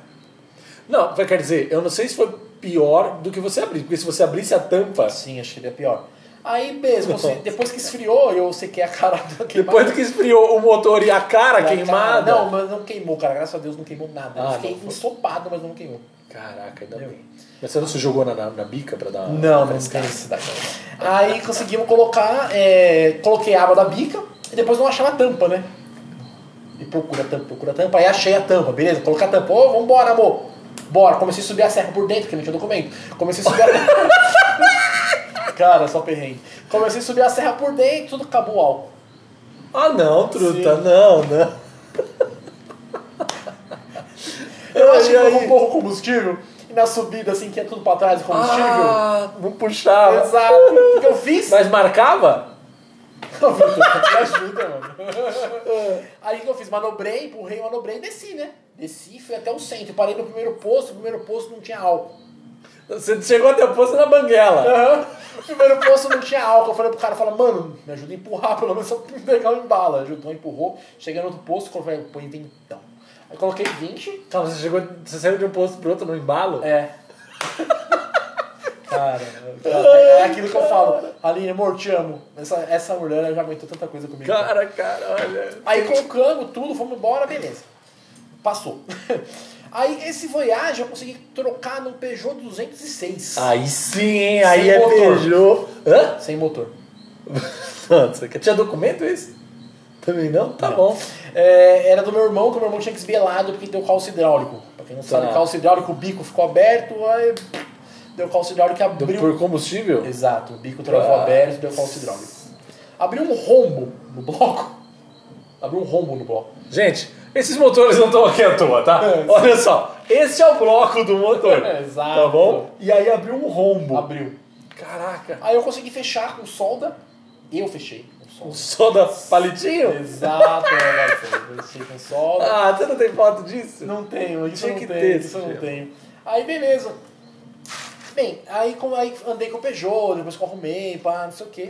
S1: Não, vai- quer dizer, eu não sei se foi pior do que você abrir, porque se você abrisse a tampa,
S2: sim, achei que é pior. Aí mesmo, assim, depois que esfriou, eu sequei a cara do
S1: depois do que esfriou o motor e a cara
S2: Cara,
S1: queimada.
S2: Não, mas não queimou, cara. Graças a Deus não queimou nada.
S1: Ah,
S2: eu fiquei
S1: não foi.
S2: ensopado, mas não queimou.
S1: Caraca, ainda
S2: Meu.
S1: bem. Mas você não se jogou na, na, na bica pra dar uma frescada?
S2: necessidade. Aí conseguimos colocar, é, coloquei a água da bica e depois não achava a tampa, né? E procura a tampa, procura a tampa. Aí achei a tampa, beleza? Colocar a tampa. Ô, vambora, amor. Bora. Comecei a subir a serra por dentro, porque não tinha documento. Comecei a subir a... cara, só perrengue. Comecei a subir a serra por dentro, tudo acabou o álcool.
S1: Ah, não, truta,
S2: Sim.
S1: não, não.
S2: Eu acho que
S1: Ai, ai.
S2: eu um pouco combustível. E na subida, assim, que é tudo pra trás, o combustível...
S1: Ah, não puxava.
S2: Exato. O que eu fiz?
S1: Mas marcava?
S2: Ô, Vitor, Me ajuda, mano. Aí o que eu fiz? Manobrei, empurrei, manobrei e desci, né? Desci, fui até o centro. Parei no primeiro posto, o primeiro posto não tinha álcool.
S1: Você chegou até a poça na banguela.
S2: O primeiro posto não tinha álcool. Eu falei pro cara, fala, mano, me ajuda a empurrar, pelo menos eu pegar o embala. Ajudou, empurrou. Cheguei no outro posto, coloquei, põe vintão. Aí coloquei 20.
S1: Calma, Tá, você chegou, você saiu de um posto pro outro no embalo?
S2: É. Cara, é aquilo que eu falo. Aline, amor, te amo. Essa, essa mulher ela já aguentou tanta coisa comigo.
S1: Cara, cara, olha.
S2: Aí colocamos tudo, fomos embora, beleza. Passou. Aí esse Voyage eu consegui trocar num Peugeot 206.
S1: Aí sim, hein? Aí
S2: Sem
S1: é
S2: motor.
S1: Peugeot. Hã?
S2: Sem motor.
S1: Nossa, que- tinha documento esse? Também não? Tá bom.
S2: É, era do meu irmão, que o meu irmão tinha desbelado porque deu calço hidráulico. Pra quem não sabe,
S1: Tá.
S2: calço hidráulico, o bico ficou aberto, aí deu calço hidráulico e
S1: Do-
S2: abriu.
S1: por combustível?
S2: Exato, o bico travou
S1: Ah.
S2: aberto, deu calço hidráulico. Abriu um rombo no bloco. Abriu um rombo no bloco.
S1: Gente, esses motores não estão aqui à toa, tá?
S2: É, sim.
S1: Olha só, esse é o bloco do motor.
S2: É, exato.
S1: Tá bom? E aí abriu um rombo.
S2: Abriu.
S1: Caraca.
S2: Aí eu consegui fechar com solda. Eu fechei com solda.
S1: Só da palitinho?
S2: Exato, é, Marcelo. Eu sei com solda.
S1: Ah, você não tem foto disso?
S2: Não tenho, isso
S1: Tinha
S2: eu não
S1: que
S2: tenho,
S1: ter,
S2: isso eu não
S1: Thiago.
S2: tenho. Aí beleza. Bem, aí, como, aí andei com o Peugeot, depois que eu arrumei, pá, não sei o quê.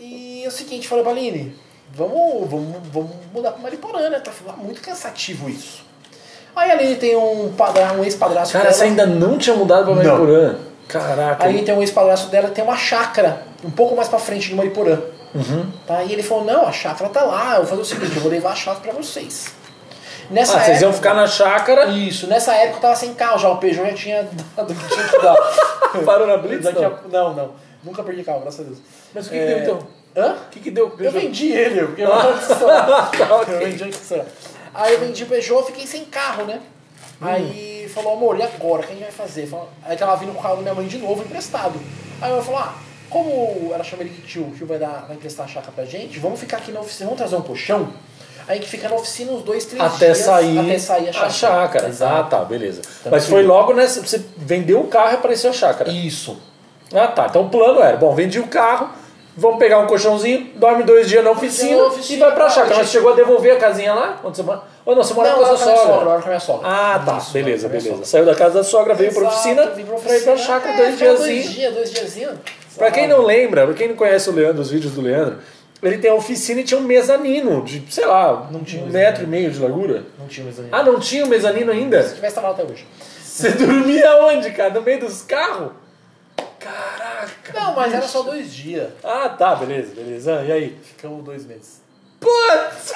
S2: E é o seguinte, falei pra Aline, vamos, vamos, vamos mudar pra Mariporã, né? Tá muito cansativo isso. Aí a Aline tem um, padra, um ex-padrasto
S1: Cara,
S2: dela.
S1: você ainda não tinha mudado pra Mariporã. Caraca.
S2: Aí tem um ex-padrasto dela, tem uma chácara, um pouco mais pra frente de Mariporã.
S1: Uhum.
S2: Tá? E ele falou, não, a chácara tá lá, eu vou fazer o seguinte, eu vou levar a chácara pra vocês. Nessa
S1: ah, vocês iam
S2: época-
S1: ficar na chácara
S2: Isso, nessa época eu tava sem carro já, o Peugeot já tinha dado um o que tinha que dar.
S1: e parou na Blitz?
S2: Daqui a-
S1: não?
S2: Não, não. Nunca perdi carro, graças a Deus. É,
S1: Mas o que, que deu então?
S2: Hã?
S1: O que, que deu?
S2: Eu vendi ele, porque eu não
S1: Tá, ok.
S2: Eu vendi antes de estourar. Aí eu vendi o Peugeot, fiquei sem carro, né?
S1: Hum.
S2: Aí falou, amor, e agora? O que a gente vai fazer? Falou- Aí tava vindo com o carro da minha mãe de novo, emprestado. Aí eu falou, ah, como ela chama ele de tio, o tio vai, dar, vai emprestar a chácara pra gente, vamos ficar aqui na oficina, vamos trazer um colchão? Aí que fica na oficina uns dois, três
S1: Até
S2: dias.
S1: sair,
S2: Até sair a chácara.
S1: Ah, tá, beleza. Mas
S2: Tranquilo.
S1: foi logo nessa. Você vendeu o carro e apareceu a chácara.
S2: Isso.
S1: Ah, tá. Então o plano era: bom, vendi o carro, vamos pegar um colchãozinho, dorme dois dias na oficina,
S2: na oficina,
S1: e vai pra
S2: tá,
S1: chácara. Mas
S2: gente.
S1: chegou a devolver a casinha lá? Onde você mora? Ou não, você mora
S2: não,
S1: com a
S2: eu
S1: sua
S2: moro com a minha sogra. eu
S1: sogra.
S2: moro com a minha sogra.
S1: Ah, tá.
S2: Isso,
S1: beleza,
S2: eu moro com a minha
S1: beleza.
S2: sogra.
S1: Saiu da casa da sogra, veio pra
S2: Exato,
S1: oficina,
S2: vim pra
S1: pra ir pra
S2: oficina.
S1: chácara
S2: É,
S1: dois
S2: fica Dois
S1: diazinhos.
S2: dias, Ah. dois diazinhos.
S1: Pra
S2: Sabe?
S1: quem não lembra, pra quem não conhece o Leandro, os vídeos do Leandro, ele tem a oficina e tinha um mezanino de, sei lá,
S2: Não tinha
S1: um
S2: mezanino.
S1: metro e meio de largura.
S2: Não tinha mais
S1: Ah, não tinha o mezanino ainda?
S2: Se tivesse trabalho até hoje.
S1: Você dormia onde, cara? No meio dos carros? Caraca!
S2: Não, mas era só dois dias.
S1: Ah, tá, beleza, beleza. Ah, E aí?
S2: Ficamos dois meses.
S1: Putz!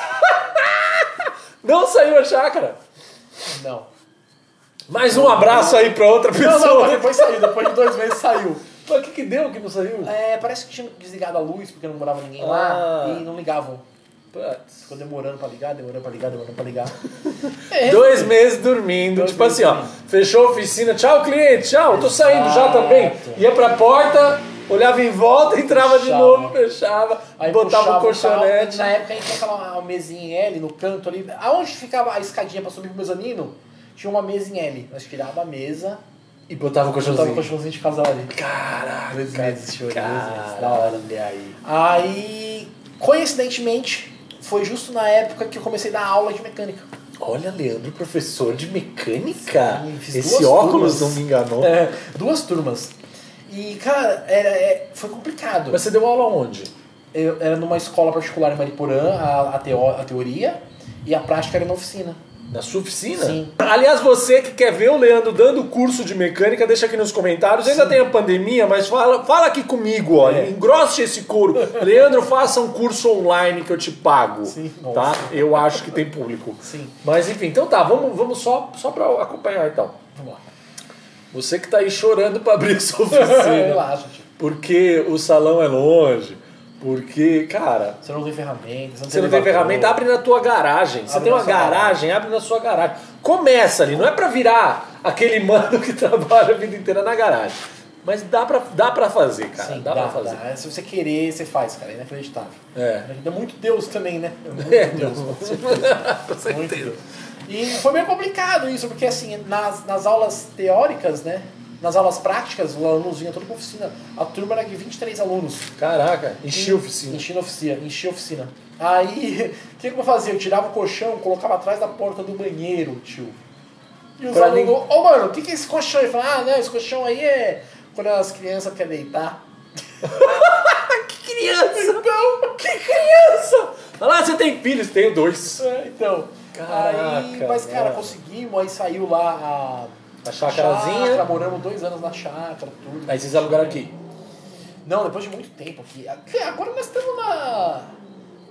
S1: Não saiu a chácara!
S2: Não.
S1: Mais um abraço aí pra outra
S2: Não, não, mas
S1: pessoa.
S2: depois saiu. Depois de dois meses saiu.
S1: Pô, O que que deu que não saiu?
S2: É, parece que tinha desligado a luz porque não morava ninguém lá
S1: Ah.
S2: e não ligavam.
S1: Putz.
S2: Ficou demorando pra ligar, demorando pra ligar, demorando pra ligar. É,
S1: Dois meses dormindo,
S2: Dois
S1: tipo
S2: meses
S1: assim, ó. Fechou a oficina, tchau cliente, tchau, tô saindo já
S2: Exato.
S1: também. Ia pra porta, olhava em volta, entrava de
S2: Fechava.
S1: novo, fechava,
S2: Aí
S1: botava
S2: puxava
S1: o
S2: né?
S1: colchonete.
S2: Tal, na época a gente tinha aquela mesinha em L no canto ali. Aonde ficava a escadinha pra subir pro mezanino, tinha uma mesa em L. Nós tirava a mesa,
S1: E botava o
S2: botava o
S1: colchãozinho.
S2: colchãozinho de casal ali.
S1: Caraca,
S2: Dois
S1: cara,
S2: meses, show, dois meses, da hora.
S1: Olha aí.
S2: Aí, coincidentemente, foi justo na época que eu comecei a dar aula de mecânica.
S1: Olha, Leandro, professor de mecânica.
S2: Sim, fiz
S1: Esse
S2: duas
S1: óculos
S2: turmas.
S1: não me enganou.
S2: É, duas turmas. E, cara, era, é, foi complicado.
S1: Mas você deu aula onde?
S2: Eu- era numa escola particular em Mariporã, a, a, teo- a teoria, e a prática era na oficina.
S1: Na sua oficina?
S2: Sim.
S1: Aliás, você que quer ver o Leandro dando curso de mecânica, deixa aqui nos comentários. Ainda tem a pandemia, mas fala, fala aqui comigo, ó.
S2: É.
S1: Engrosse esse couro. Leandro, faça um curso online que eu te pago.
S2: Sim,
S1: Tá?
S2: nossa.
S1: Eu acho que tem público.
S2: Sim.
S1: Mas enfim, então tá, vamos, vamos só, só pra acompanhar então.
S2: Vamos lá.
S1: Você que tá aí chorando pra abrir sua oficina.
S2: Relaxa, gente.
S1: porque o salão é longe. Porque, cara,
S2: Você não tem
S1: você
S2: ferramenta, você não tem,
S1: não tem
S2: elevador.
S1: ferramenta, abre na tua garagem. Você
S2: Abre
S1: tem
S2: na
S1: uma
S2: sua
S1: garagem, abre na sua garagem. Começa ali, não é pra virar aquele mano que trabalha a vida inteira na garagem. Mas dá pra, dá pra fazer, cara.
S2: Sim,
S1: dá, pra fazer.
S2: dá. Se você querer, você faz, cara. É inacreditável.
S1: É.
S2: Ainda muito Deus também, né? Muito
S1: É,
S2: Deus.
S1: não.
S2: com certeza.
S1: Com
S2: Muito
S1: certeza.
S2: Deus. E foi meio complicado isso, porque assim, nas, nas aulas teóricas, né? Nas aulas práticas, o aluno vinha todo com oficina. A turma era de 23 alunos.
S1: Caraca, enchi a oficina.
S2: Enchia a Hum. oficina, enchia a oficina. Aí, o que, que eu fazia? Eu tirava o colchão, colocava atrás da porta do banheiro, tio. E os
S1: Pra
S2: alunos, ô mano, o que, que é esse colchão? Ele fala, ah, não, esse colchão aí é quando as crianças querem deitar.
S1: Que criança! Não, que criança! Olha lá, você tem filhos? Tenho dois.
S2: É, então.
S1: Caraca,
S2: aí, mas cara,
S1: mano.
S2: conseguimos, aí saiu lá a.
S1: A chacrazinha.
S2: chácara, moramos dois anos na chácara, tudo.
S1: Aí vocês alugaram aqui.
S2: Não, depois de muito tempo aqui. Aqui, Agora nós estamos na.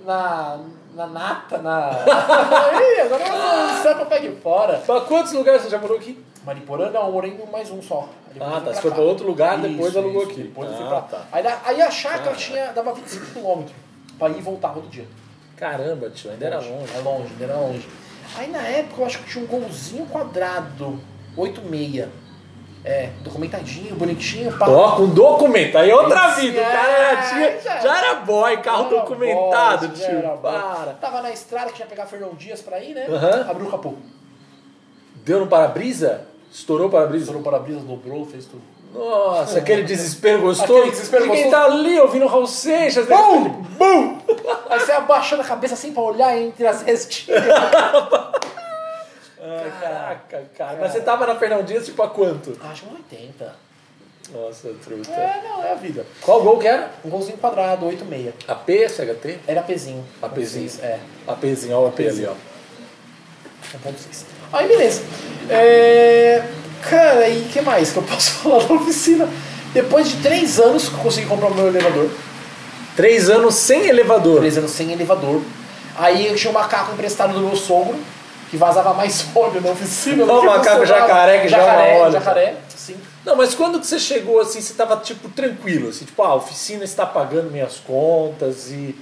S2: Na. Na nata, na. Ih, agora nós estamos pega fora.
S1: Pra quantos lugares você já morou aqui?
S2: Mariporã não, eu morei em mais um só. Aí depois
S1: Ah, tá,
S2: eu fui
S1: você foi pra outro lugar, depois alugou aqui.
S2: Depois eu fui
S1: Ah,
S2: pra.
S1: tá.
S2: Aí, da- aí a chácara
S1: Ah.
S2: tinha, dava 25 km pra ir e voltar outro dia.
S1: Caramba, tio, ainda era longe.
S2: É longe, ainda era longe. Aí na época eu acho que tinha um golzinho quadrado, 8,6. É, documentadinho, bonitinho, pá.
S1: Ó, com documento. Aí outra
S2: Esse
S1: vida. O
S2: é,
S1: cara já, tinha,
S2: já
S1: já era boy, carro
S2: Era
S1: documentado,
S2: bom, já
S1: tio.
S2: era bom.
S1: Para.
S2: Tava na estrada, que ia pegar Fernão Dias pra ir, né?
S1: Aham.
S2: Abriu o capô.
S1: Deu no para-brisa? Estourou o para-brisa?
S2: Estourou o para-brisa, dobrou, fez tudo.
S1: Nossa, aquele desespero gostoso.
S2: Aquele desespero
S1: de quem
S2: gostoso.
S1: tá ali ouvindo Raul Seixas. né?
S2: Bum! Bum! Aí você abaixando a cabeça assim pra olhar entre as restinhas.
S1: Ai, caraca, cara. Mas você tava na Fernão Dias, tipo, há quanto?
S2: Acho que 80.
S1: Nossa, truta.
S2: É, não, é a vida.
S1: Qual gol que era?
S2: Um golzinho quadrado, 8,6.
S1: AP, CHT?
S2: Era APzinho.
S1: APzinho.
S2: 1,6, É,
S1: APzinho, olha o AP ali, ó.
S2: 1,6. Aí beleza. É... Cara, e o que mais que eu posso falar da oficina? Depois de 3 anos que eu consegui comprar o meu elevador.
S1: Três anos sem elevador.
S2: três anos sem elevador. Aí eu tinha um macaco emprestado do meu sogro, que vazava mais óleo na oficina.
S1: Não,
S2: do que
S1: macaco
S2: funcionava.
S1: jacaré que joga
S2: jacaré,
S1: óleo.
S2: Jacaré, sim.
S1: Não, mas quando que você chegou assim, você tava tipo tranquilo, assim, tipo, ah, a oficina está pagando minhas contas e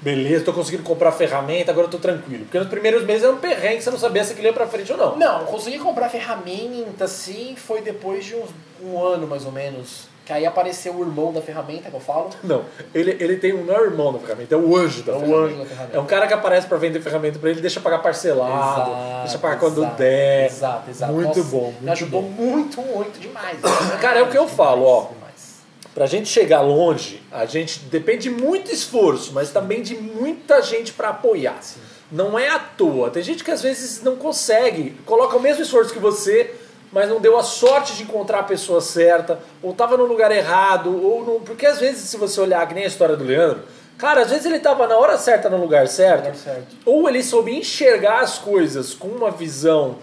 S1: beleza, tô conseguindo comprar ferramenta, agora eu tô tranquilo. Porque nos primeiros meses era um perrengue, você não sabia se aquilo ia pra frente ou não.
S2: Não, consegui comprar ferramenta, sim, foi depois de uns, um ano mais ou menos. Que aí apareceu o irmão da ferramenta que eu falo.
S1: Não, ele, ele tem um não é o irmão da ferramenta, é o anjo da
S2: É o
S1: ferramenta.
S2: anjo da ferramenta.
S1: É um cara que aparece pra vender ferramenta pra ele, deixa pagar parcelado,
S2: Exato,
S1: deixa pagar quando
S2: exato,
S1: der.
S2: Exato, exato.
S1: Muito
S2: Nossa,
S1: bom, muito
S2: me ajudou
S1: bom.
S2: muito, muito demais.
S1: Cara, é o que eu falo, ó.
S2: Demais.
S1: Pra gente chegar longe, a gente depende de muito esforço, mas também de muita gente pra apoiar. Não é à toa. Tem gente que às vezes não consegue, coloca o mesmo esforço que você, mas não deu a sorte de encontrar a pessoa certa, ou tava no lugar errado, ou não. Porque às vezes, se você olhar que nem a história do Leandro, cara, às vezes ele tava na hora certa, no lugar certo,
S2: Lugar certo.
S1: ou ele soube enxergar as coisas com uma visão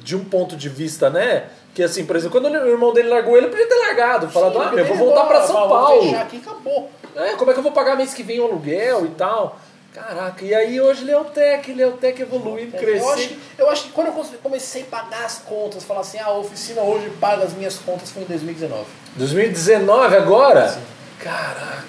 S1: de um ponto de vista, né? Que assim, por exemplo, quando o irmão dele largou ele, ele podia ter largado, falado, ah, eu vou voltar pra São
S2: Vou
S1: Paulo.
S2: fechar aqui e acabou.
S1: É, como é que eu vou pagar mês que vem o aluguel e tal? Caraca, e aí hoje Leotec, Leotec evoluindo,
S2: Eu acho,
S1: crescendo.
S2: que, eu acho que quando eu come- comecei a pagar as contas, falar assim, ah, a oficina hoje paga as minhas contas, foi em 2019.
S1: 2019 agora? Caraca.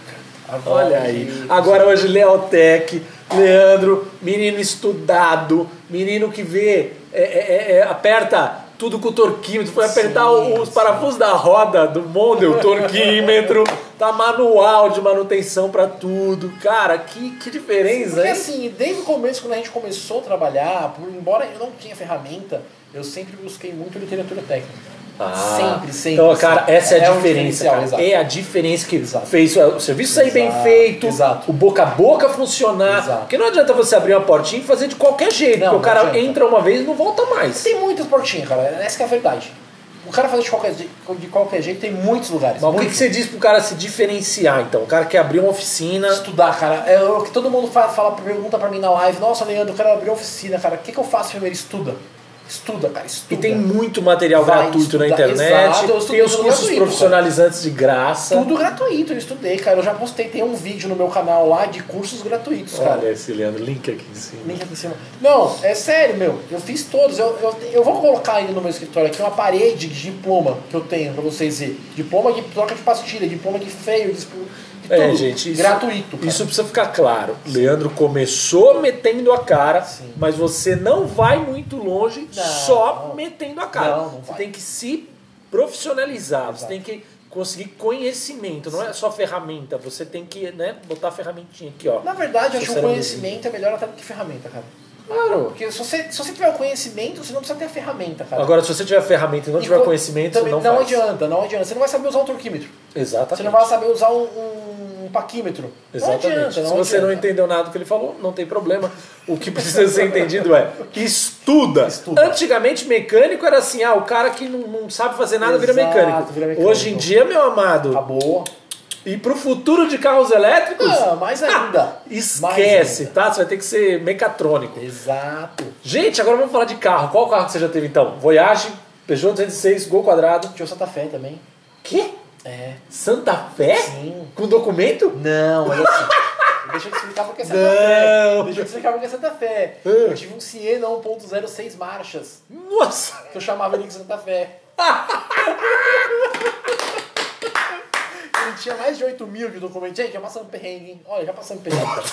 S2: Agora
S1: Olha
S2: que-
S1: aí. Agora hoje Leotec, Leandro, menino estudado, menino que vê, é, é, é, é, aperta tudo com o torquímetro, foi apertar o- os parafusos da roda do Mondel, torquímetro, tá manual de manutenção pra tudo. Cara, que, que diferença,
S2: Porque
S1: hein?
S2: assim, desde o começo, quando a gente começou a trabalhar, por, embora eu não tinha ferramenta, eu sempre busquei muito literatura técnica. sempre, sempre.
S1: Ah. Então, cara,
S2: sempre.
S1: essa é a
S2: um
S1: diferença.
S2: diferencial,
S1: cara.
S2: exato.
S1: É a diferença que
S2: Exato.
S1: fez o serviço sair bem
S2: Exato,
S1: feito,
S2: exato.
S1: o boca a boca funcionar.
S2: Exato.
S1: Porque não adianta você abrir uma portinha e fazer de qualquer jeito.
S2: Não,
S1: porque o
S2: não
S1: cara
S2: adianta.
S1: entra uma vez e não volta mais.
S2: Tem muitas portinhas, cara. Essa que é a verdade. O cara fazer de qualquer, je- de qualquer jeito tem muitos lugares.
S1: Mas o que,
S2: muitos.
S1: que você diz pro cara se diferenciar, então? O cara quer abrir uma oficina.
S2: Estudar, cara. É o que todo mundo fala, fala, pergunta pra mim na live. Nossa, Leandro, eu quero abrir oficina, cara. O que, que eu faço primeiro? Estuda. Estuda, cara.
S1: E
S2: Estuda.
S1: tem muito material
S2: Vai
S1: gratuito na
S2: estudar.
S1: internet.
S2: Exato, eu estudo
S1: tem os cursos
S2: tudo gratuito, cara.
S1: profissionalizantes de graça.
S2: Tudo gratuito, eu estudei, cara. Eu já postei, tem um vídeo no meu canal lá de cursos gratuitos, cara.
S1: Olha esse Leandro, link aqui em cima.
S2: Link aqui em cima. Não, é sério, meu. Eu fiz todos. Eu, eu, eu vou colocar ainda no meu escritório aqui uma parede de diploma que eu tenho pra vocês verem. Diploma de troca de pastilha, diploma de feio, de, de
S1: É,
S2: tudo.
S1: gente, isso,
S2: gratuito. cara.
S1: Isso precisa ficar claro. Leandro começou metendo a cara,
S2: Sim.
S1: mas você não vai muito longe
S2: Não,
S1: só
S2: não.
S1: metendo a cara.
S2: Não, não
S1: você
S2: vai.
S1: tem que se profissionalizar, você
S2: Exato.
S1: tem que conseguir conhecimento, não é só ferramenta. Você tem que, né, botar a ferramentinha aqui, ó.
S2: Na verdade,
S1: Seu
S2: eu acho que o
S1: cérebrozinho.
S2: conhecimento é melhor até do que ferramenta, cara.
S1: Claro.
S2: Porque se você, se você tiver o conhecimento, você não precisa ter a ferramenta, cara.
S1: Agora, se você tiver ferramenta e não
S2: E
S1: tiver
S2: co-
S1: conhecimento,
S2: também
S1: não, faz.
S2: adianta, não adianta. Você não vai saber usar um torquímetro.
S1: Exatamente.
S2: Você não vai saber usar um, um- um paquímetro.
S1: Exatamente.
S2: Não adianta, não
S1: Se você não
S2: adianta.
S1: entendeu nada do que ele falou, não tem problema. O que precisa ser entendido é estuda.
S2: Estuda.
S1: Antigamente, mecânico era assim: ah, o cara que não, não sabe fazer nada vira
S2: Exato,
S1: mecânico.
S2: vira mecânico.
S1: Hoje em dia, meu amado,
S2: Acabou.
S1: e pro futuro de carros elétricos,
S2: Ah, mais ainda. Mais
S1: esquece,
S2: ainda.
S1: tá? Você vai ter que ser mecatrônico.
S2: Exato.
S1: Gente, agora vamos falar de carro. Qual carro que você já teve então? Voyage, Peugeot 206, Gol Quadrado.
S2: Tinha o Santa Fé também.
S1: Quê?
S2: É.
S1: Santa Fé?
S2: Sim.
S1: Com documento?
S2: Não, olha assim. Deixa eu te explicar porque é Santa Fé.
S1: Não.
S2: Deixa eu te explicar porque é Santa Fé.
S1: Ah.
S2: Eu tive um Siena 1.0 seis marchas,
S1: Nossa!
S2: que eu chamava ele de Santa Fé. Ele tinha mais de 8 mil de documento. Gente, já passamos perrengue, hein? Olha, já passamos perrengue. cara.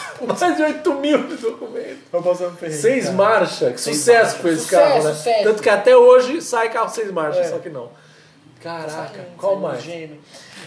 S1: Mais de 8 mil de documento.
S2: Já passamos perrengue.
S1: Seis
S2: cara.
S1: marchas, que
S2: Seis
S1: sucesso
S2: marchas.
S1: foi esse
S2: Sucesso,
S1: carro, né?
S2: sucesso.
S1: Tanto que até hoje sai carro seis marchas,
S2: É.
S1: só que não. Caraca,
S2: Saiu,
S1: qual
S2: saiu um
S1: mais?
S2: gêmeo.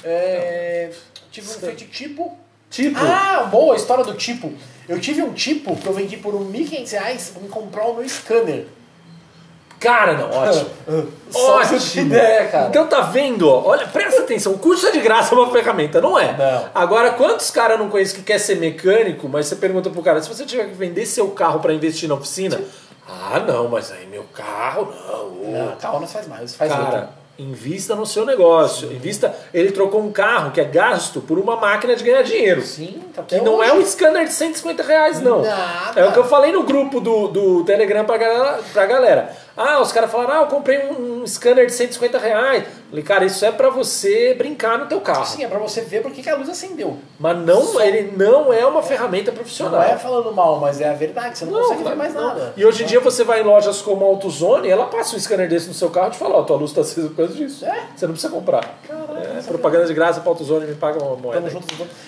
S2: É, tive um feito tipo.
S1: Tipo,
S2: Ah, boa, a história do tipo. Eu tive um tipo que eu vendi por R$ 1.500 reais pra me comprar o meu scanner. Ah,
S1: cara, não, ótimo.
S2: Só pra
S1: Ótimo.
S2: você ter ideia, cara.
S1: Então tá vendo, ó, olha, presta atenção, o curso é de graça, é uma ferramenta, não é?
S2: Não.
S1: Agora, quantos caras eu não conheço que quer ser mecânico, mas você pergunta pro cara, se você tiver que vender seu carro pra investir na oficina, ah não, mas aí meu carro, não, ô,
S2: Não, calma, não faz mais, faz
S1: Então- Cara,
S2: outro.
S1: invista no seu negócio. Invista. Ele trocou um carro que é gasto por uma máquina de ganhar dinheiro.
S2: Sim, tá até
S1: Que não
S2: hoje.
S1: é um scanner de 150 reais, não.
S2: Nada.
S1: É o que eu falei no grupo do, do Telegram pra galera, pra galera. Ah, os caras falaram, ah, eu comprei um, um scanner de 150 reais. Falei, cara, isso é pra você brincar no teu carro.
S2: Sim, é pra você ver por que que a luz acendeu.
S1: Mas não, ele não é uma ferramenta
S2: Não,
S1: profissional.
S2: é falando mal, mas é a verdade, você não, consegue ver
S1: claro,
S2: mais
S1: não.
S2: nada.
S1: E hoje em dia você vai em lojas como a AutoZone, ela passa um scanner desse no seu carro e te fala, ó, tua luz tá acesa por causa disso.
S2: É?
S1: Você não precisa comprar.
S2: Caraca,
S1: É,
S2: essa
S1: propaganda de graça pra AutoZone, me paga uma
S2: um- Tamo
S1: moeda.
S2: junto, tamo junto.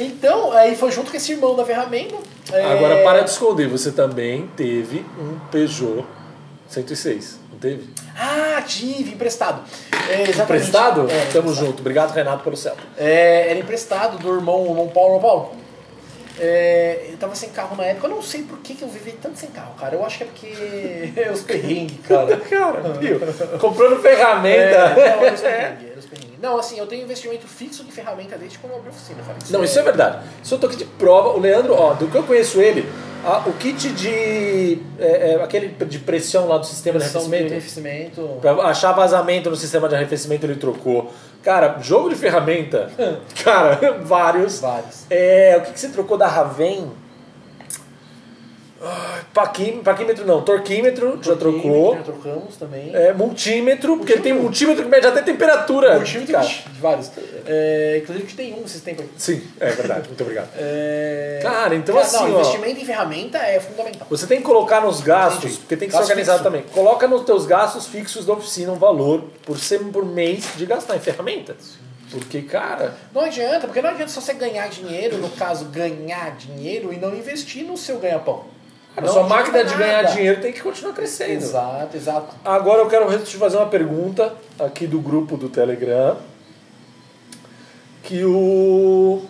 S2: Então, aí foi junto com esse irmão da ferramenta. é,
S1: Agora, para de esconder, você também teve um Peugeot 106, não teve?
S2: Ah, tive, emprestado. É, exatamente.
S1: Emprestado?
S2: É,
S1: Tamo
S2: emprestado.
S1: junto. Obrigado, Renato, pelo céu.
S2: É, era emprestado do irmão, o irmão Paulo. Ô, Paulo, é, eu tava sem carro na época. Eu não sei por que, que eu vivi tanto sem carro, cara. Eu acho que é porque é os perrengues, cara.
S1: Cara, viu? Comprando ferramenta.
S2: É, não, era os perrengues, era os perrengues. Não, assim, eu tenho investimento fixo de ferramenta desde quando eu abri a oficina, cara.
S1: Não, isso é verdade. Isso eu tô aqui de prova. O Leandro, ó, do que eu conheço ele, a- o kit de. é, é, aquele de pressão lá do sistema de
S2: Pressão de
S1: arrefecimento.
S2: arrefecimento.
S1: Pra achar vazamento no sistema de arrefecimento, ele trocou. Cara, jogo de ferramenta. Cara, vários.
S2: Vários.
S1: É, o que, que você trocou da Raven? Ah, paquí- paquímetro não, torquímetro, já trocou.
S2: Já trocamos também.
S1: É, multímetro, porque ele tem multímetro que mede até temperatura.
S2: Multímetro,
S1: Cara,
S2: ixi, de vários. É, inclusive que tem um esses tempos aí.
S1: Sim, é verdade. Muito obrigado.
S2: É,
S1: Cara, então assim, ó.
S2: Não, investimento em ferramenta é fundamental.
S1: Você tem que colocar nos gastos,
S2: Entendi.
S1: porque tem que
S2: Gasto
S1: ser organizado
S2: fixo.
S1: também. Coloca nos teus gastos fixos da oficina um valor por, sem- por mês de gastar em ferramentas. Porque, cara,
S2: Não adianta, porque não adianta só você ganhar dinheiro, no caso, ganhar dinheiro e não investir no seu ganha-pão.
S1: a
S2: Não
S1: sua
S2: adianta
S1: máquina de ganhar
S2: nada.
S1: dinheiro é tem que continuar crescendo.
S2: Exato, exato.
S1: Agora eu quero te fazer uma pergunta aqui do grupo do Telegram. Que o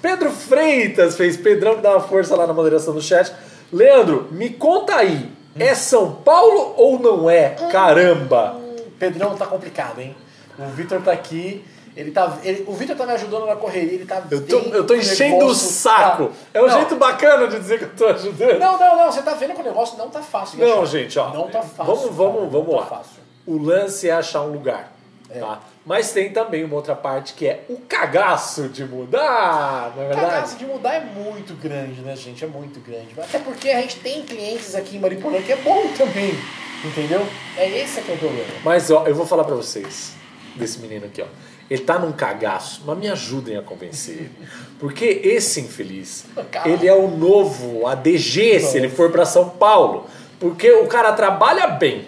S1: Pedro Freitas fez. Pedrão que dá uma força lá na moderação do chat. Leandro, me conta aí. É São Paulo ou não é? Caramba!
S2: Hum, Pedrão tá complicado, hein? O Vitor tá aqui. Ele tá, ele- o Vitor tá me ajudando na correria, ele tá
S1: Eu tô,
S2: bem
S1: eu tô
S2: com
S1: enchendo o
S2: negócio,
S1: saco.
S2: tá?
S1: É um
S2: Não,
S1: jeito bacana de dizer que eu tô ajudando.
S2: Não, não, não, você tá vendo que o negócio não tá fácil. de
S1: Não,
S2: achar.
S1: gente, ó.
S2: Não tá fácil.
S1: Vamos, vamos,
S2: cara,
S1: vamos
S2: não
S1: lá.
S2: Tá fácil.
S1: O lance é achar um lugar. Tá? Mas tem também uma outra parte que é o cagaço de mudar, não é
S2: O
S1: verdade?
S2: cagaço de mudar é muito grande, né, gente? É muito grande. Até porque a gente tem clientes aqui em Mariporã que é bom também. Entendeu? É esse que é o problema.
S1: Mas ó, eu vou falar pra vocês desse menino aqui, ó. Ele tá num cagaço, mas me ajudem a convencer ele. Porque esse infeliz,
S2: Caralho.
S1: ele é o novo ADG se ele for pra São Paulo. Porque o cara trabalha bem,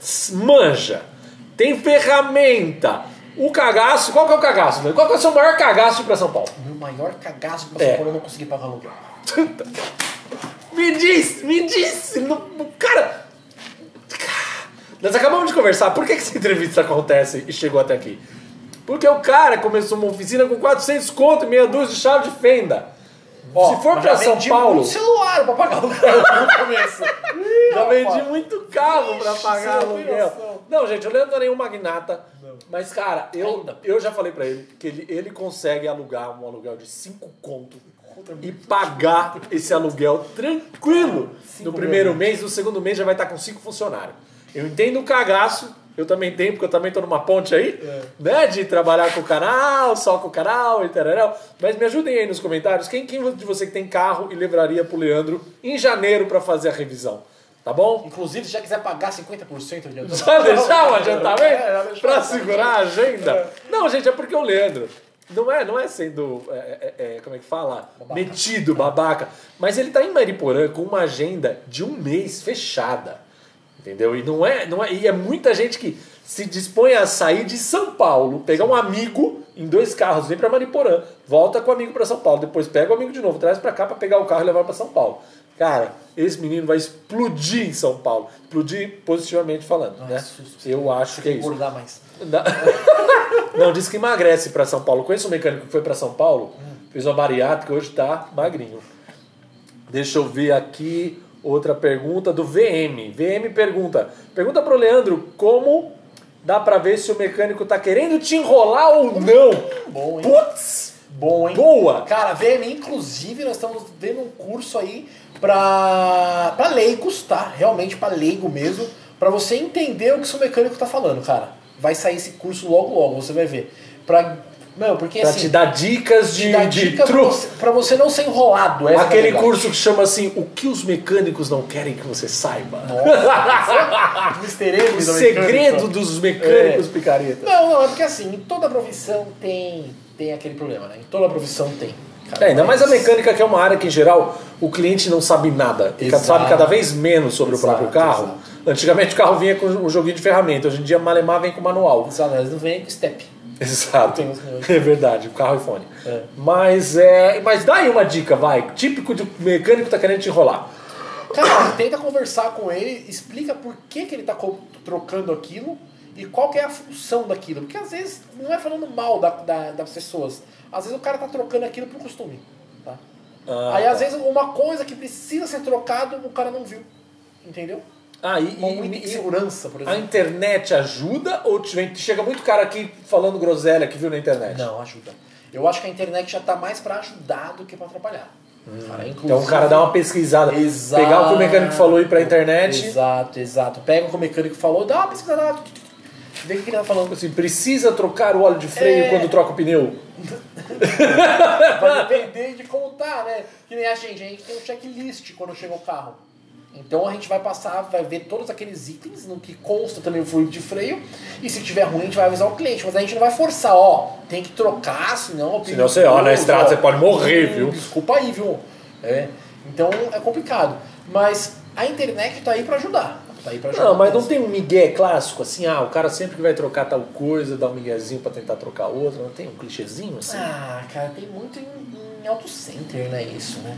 S1: s- manja, tem ferramenta. O cagaço, qual que é o cagaço? né? Qual que é o seu maior cagaço pra São Paulo?
S2: O meu maior cagaço pra
S1: É.
S2: São Paulo é não conseguir pagar aluguel.
S1: Me diz, me diz, não- cara. Nós acabamos de conversar. Por que que essa entrevista acontece e chegou até aqui? Porque o cara começou uma oficina com 400 conto e meia dúzia de chave de fenda.
S2: Ó,
S1: Se for
S2: mas
S1: pra
S2: já
S1: São
S2: vendi
S1: Paulo,
S2: muito um tipo celular pra pagar aluguel no começo.
S1: já vendi
S2: rapaz.
S1: muito carro pra
S2: Ixi,
S1: pagar
S2: você não tem
S1: aluguel.
S2: noção.
S1: Não, gente, o Leandro não é nenhum magnata. Mas, cara, eu, eu já falei pra ele que ele, ele consegue alugar um aluguel de 5 conto e pagar esse aluguel tranquilo.
S2: Cinco
S1: No primeiro
S2: mil.
S1: mês, no segundo mês já vai estar com 5 funcionários. Eu entendo o cagaço, eu também tenho, porque eu também tô numa ponte aí,
S2: É.
S1: né? De trabalhar com o canal, só com o canal e tarará. Mas me ajudem aí nos comentários. Quem, quem de você que tem carro e livraria pro Leandro em janeiro pra fazer a revisão? Tá bom?
S2: Inclusive, se já quiser pagar 50% de adiantamento.
S1: Só deixar um
S2: É, já
S1: adiantamento
S2: deixou
S1: pra
S2: adiantamento.
S1: segurar a agenda? Não, gente, é porque o Leandro não é, não é sendo, é, é, é, como é que fala? Metido, babaca. Mas ele tá em Mariporã com uma agenda de um mês fechada. Entendeu? E não é, não é, e é muita gente que se dispõe a sair de São Paulo, pegar um amigo em dois carros, vem pra Mariporã, volta com o amigo pra São Paulo, depois pega o amigo de novo, traz pra cá pra pegar o carro e levar pra São Paulo. Cara, esse menino vai explodir em São Paulo. Explodir positivamente falando,
S2: Ai,
S1: né?
S2: susto.
S1: Eu acho que é isso.
S2: Engordar mais.
S1: Na- Não, diz que emagrece pra São Paulo. Conheço um mecânico que foi pra São Paulo, fez uma bariátrica, hoje tá magrinho. Deixa eu ver aqui outra pergunta do VM. VM pergunta: Pergunta pro Leandro como dá pra ver se o mecânico tá querendo te enrolar ou não?
S2: Bom, hein?
S1: Putz!
S2: Bom, hein?
S1: Boa!
S2: Cara, VM, inclusive, nós estamos dando um curso aí pra, pra leigos, tá? Realmente pra leigo mesmo, pra você entender o que seu mecânico tá falando, cara. Vai sair esse curso logo, logo, você vai ver. Pra, meu, porque
S1: Pra te
S2: assim,
S1: dar dicas de,
S2: te dá
S1: de
S2: dica pra
S1: truque.
S2: você, pra você não ser enrolado. essa que é a
S1: Aquele
S2: verdade.
S1: curso que chama assim: O que os mecânicos não querem que você saiba?
S2: Mr. M
S1: o
S2: do
S1: segredo
S2: mecânico.
S1: dos mecânicos picareta.
S2: Não, não, é porque assim, em toda profissão tem, tem aquele problema, né? Em toda profissão tem. cara.
S1: É, ainda mais a
S2: Mas-
S1: mecânica, que é uma área que, em geral, o cliente não sabe nada. Ele
S2: Exato.
S1: sabe cada vez menos sobre o
S2: Exato,
S1: próprio carro.
S2: exato.
S1: Antigamente o carro vinha com um joguinho de ferramenta, hoje em dia Malemar vem com manual.
S2: Exato, eles não vêm com step.
S1: Exato.
S2: Tem os meus.
S1: É verdade, o carro e fone.
S2: É.
S1: Mas, é, mas dá aí uma dica, vai. Típico de mecânico tá querendo te enrolar.
S2: Então, Cara, tenta conversar com ele, explica por que, que ele tá co- trocando aquilo e qual que é a função daquilo. Porque às vezes não é falando mal da, da- das pessoas. Às vezes o cara tá trocando aquilo por costume. tá?
S1: Ah,
S2: Aí às
S1: tá.
S2: vezes uma coisa que precisa ser trocado, o cara não viu. Entendeu?
S1: Ah, e,
S2: Uma
S1: e- e-
S2: insegurança, por
S1: a
S2: exemplo.
S1: internet ajuda ou te vem- chega muito cara aqui falando groselha que viu na internet?
S2: Não, ajuda. Eu acho que a internet já tá mais pra ajudar do que pra atrapalhar. Cara,
S1: Então o cara
S2: inclusive-
S1: dá uma pesquisada.
S2: Exato.
S1: Pegar o que o mecânico falou e ir pra internet.
S2: Exato, exato. Pega o que o mecânico falou, dá uma pesquisada. Vê o que ele tá falando.
S1: Assim, precisa trocar o óleo de freio
S2: É.
S1: quando troca o pneu?
S2: Vai depender de como tá, né? Que nem a gente, a gente tem um checklist quando chega o carro. Então a gente vai passar, vai ver todos aqueles itens no que consta também o fluido de freio. E se tiver ruim, a gente vai avisar o cliente. Mas a gente não vai forçar, ó, tem que trocar, senão... eu
S1: Senão você, ó, na estrada você pode morrer,
S2: Hum,
S1: viu?
S2: Desculpa aí, viu? É. Então é complicado. Mas a internet tá aí pra ajudar. Tá aí pra ajudar.
S1: Não, mas não tem um migué clássico assim, ah, o cara sempre que vai trocar tal coisa, dá um miguezinho pra tentar trocar outra, não tem um clichêzinho assim?
S2: Ah, cara, tem muito em, em auto center, né? Isso, né?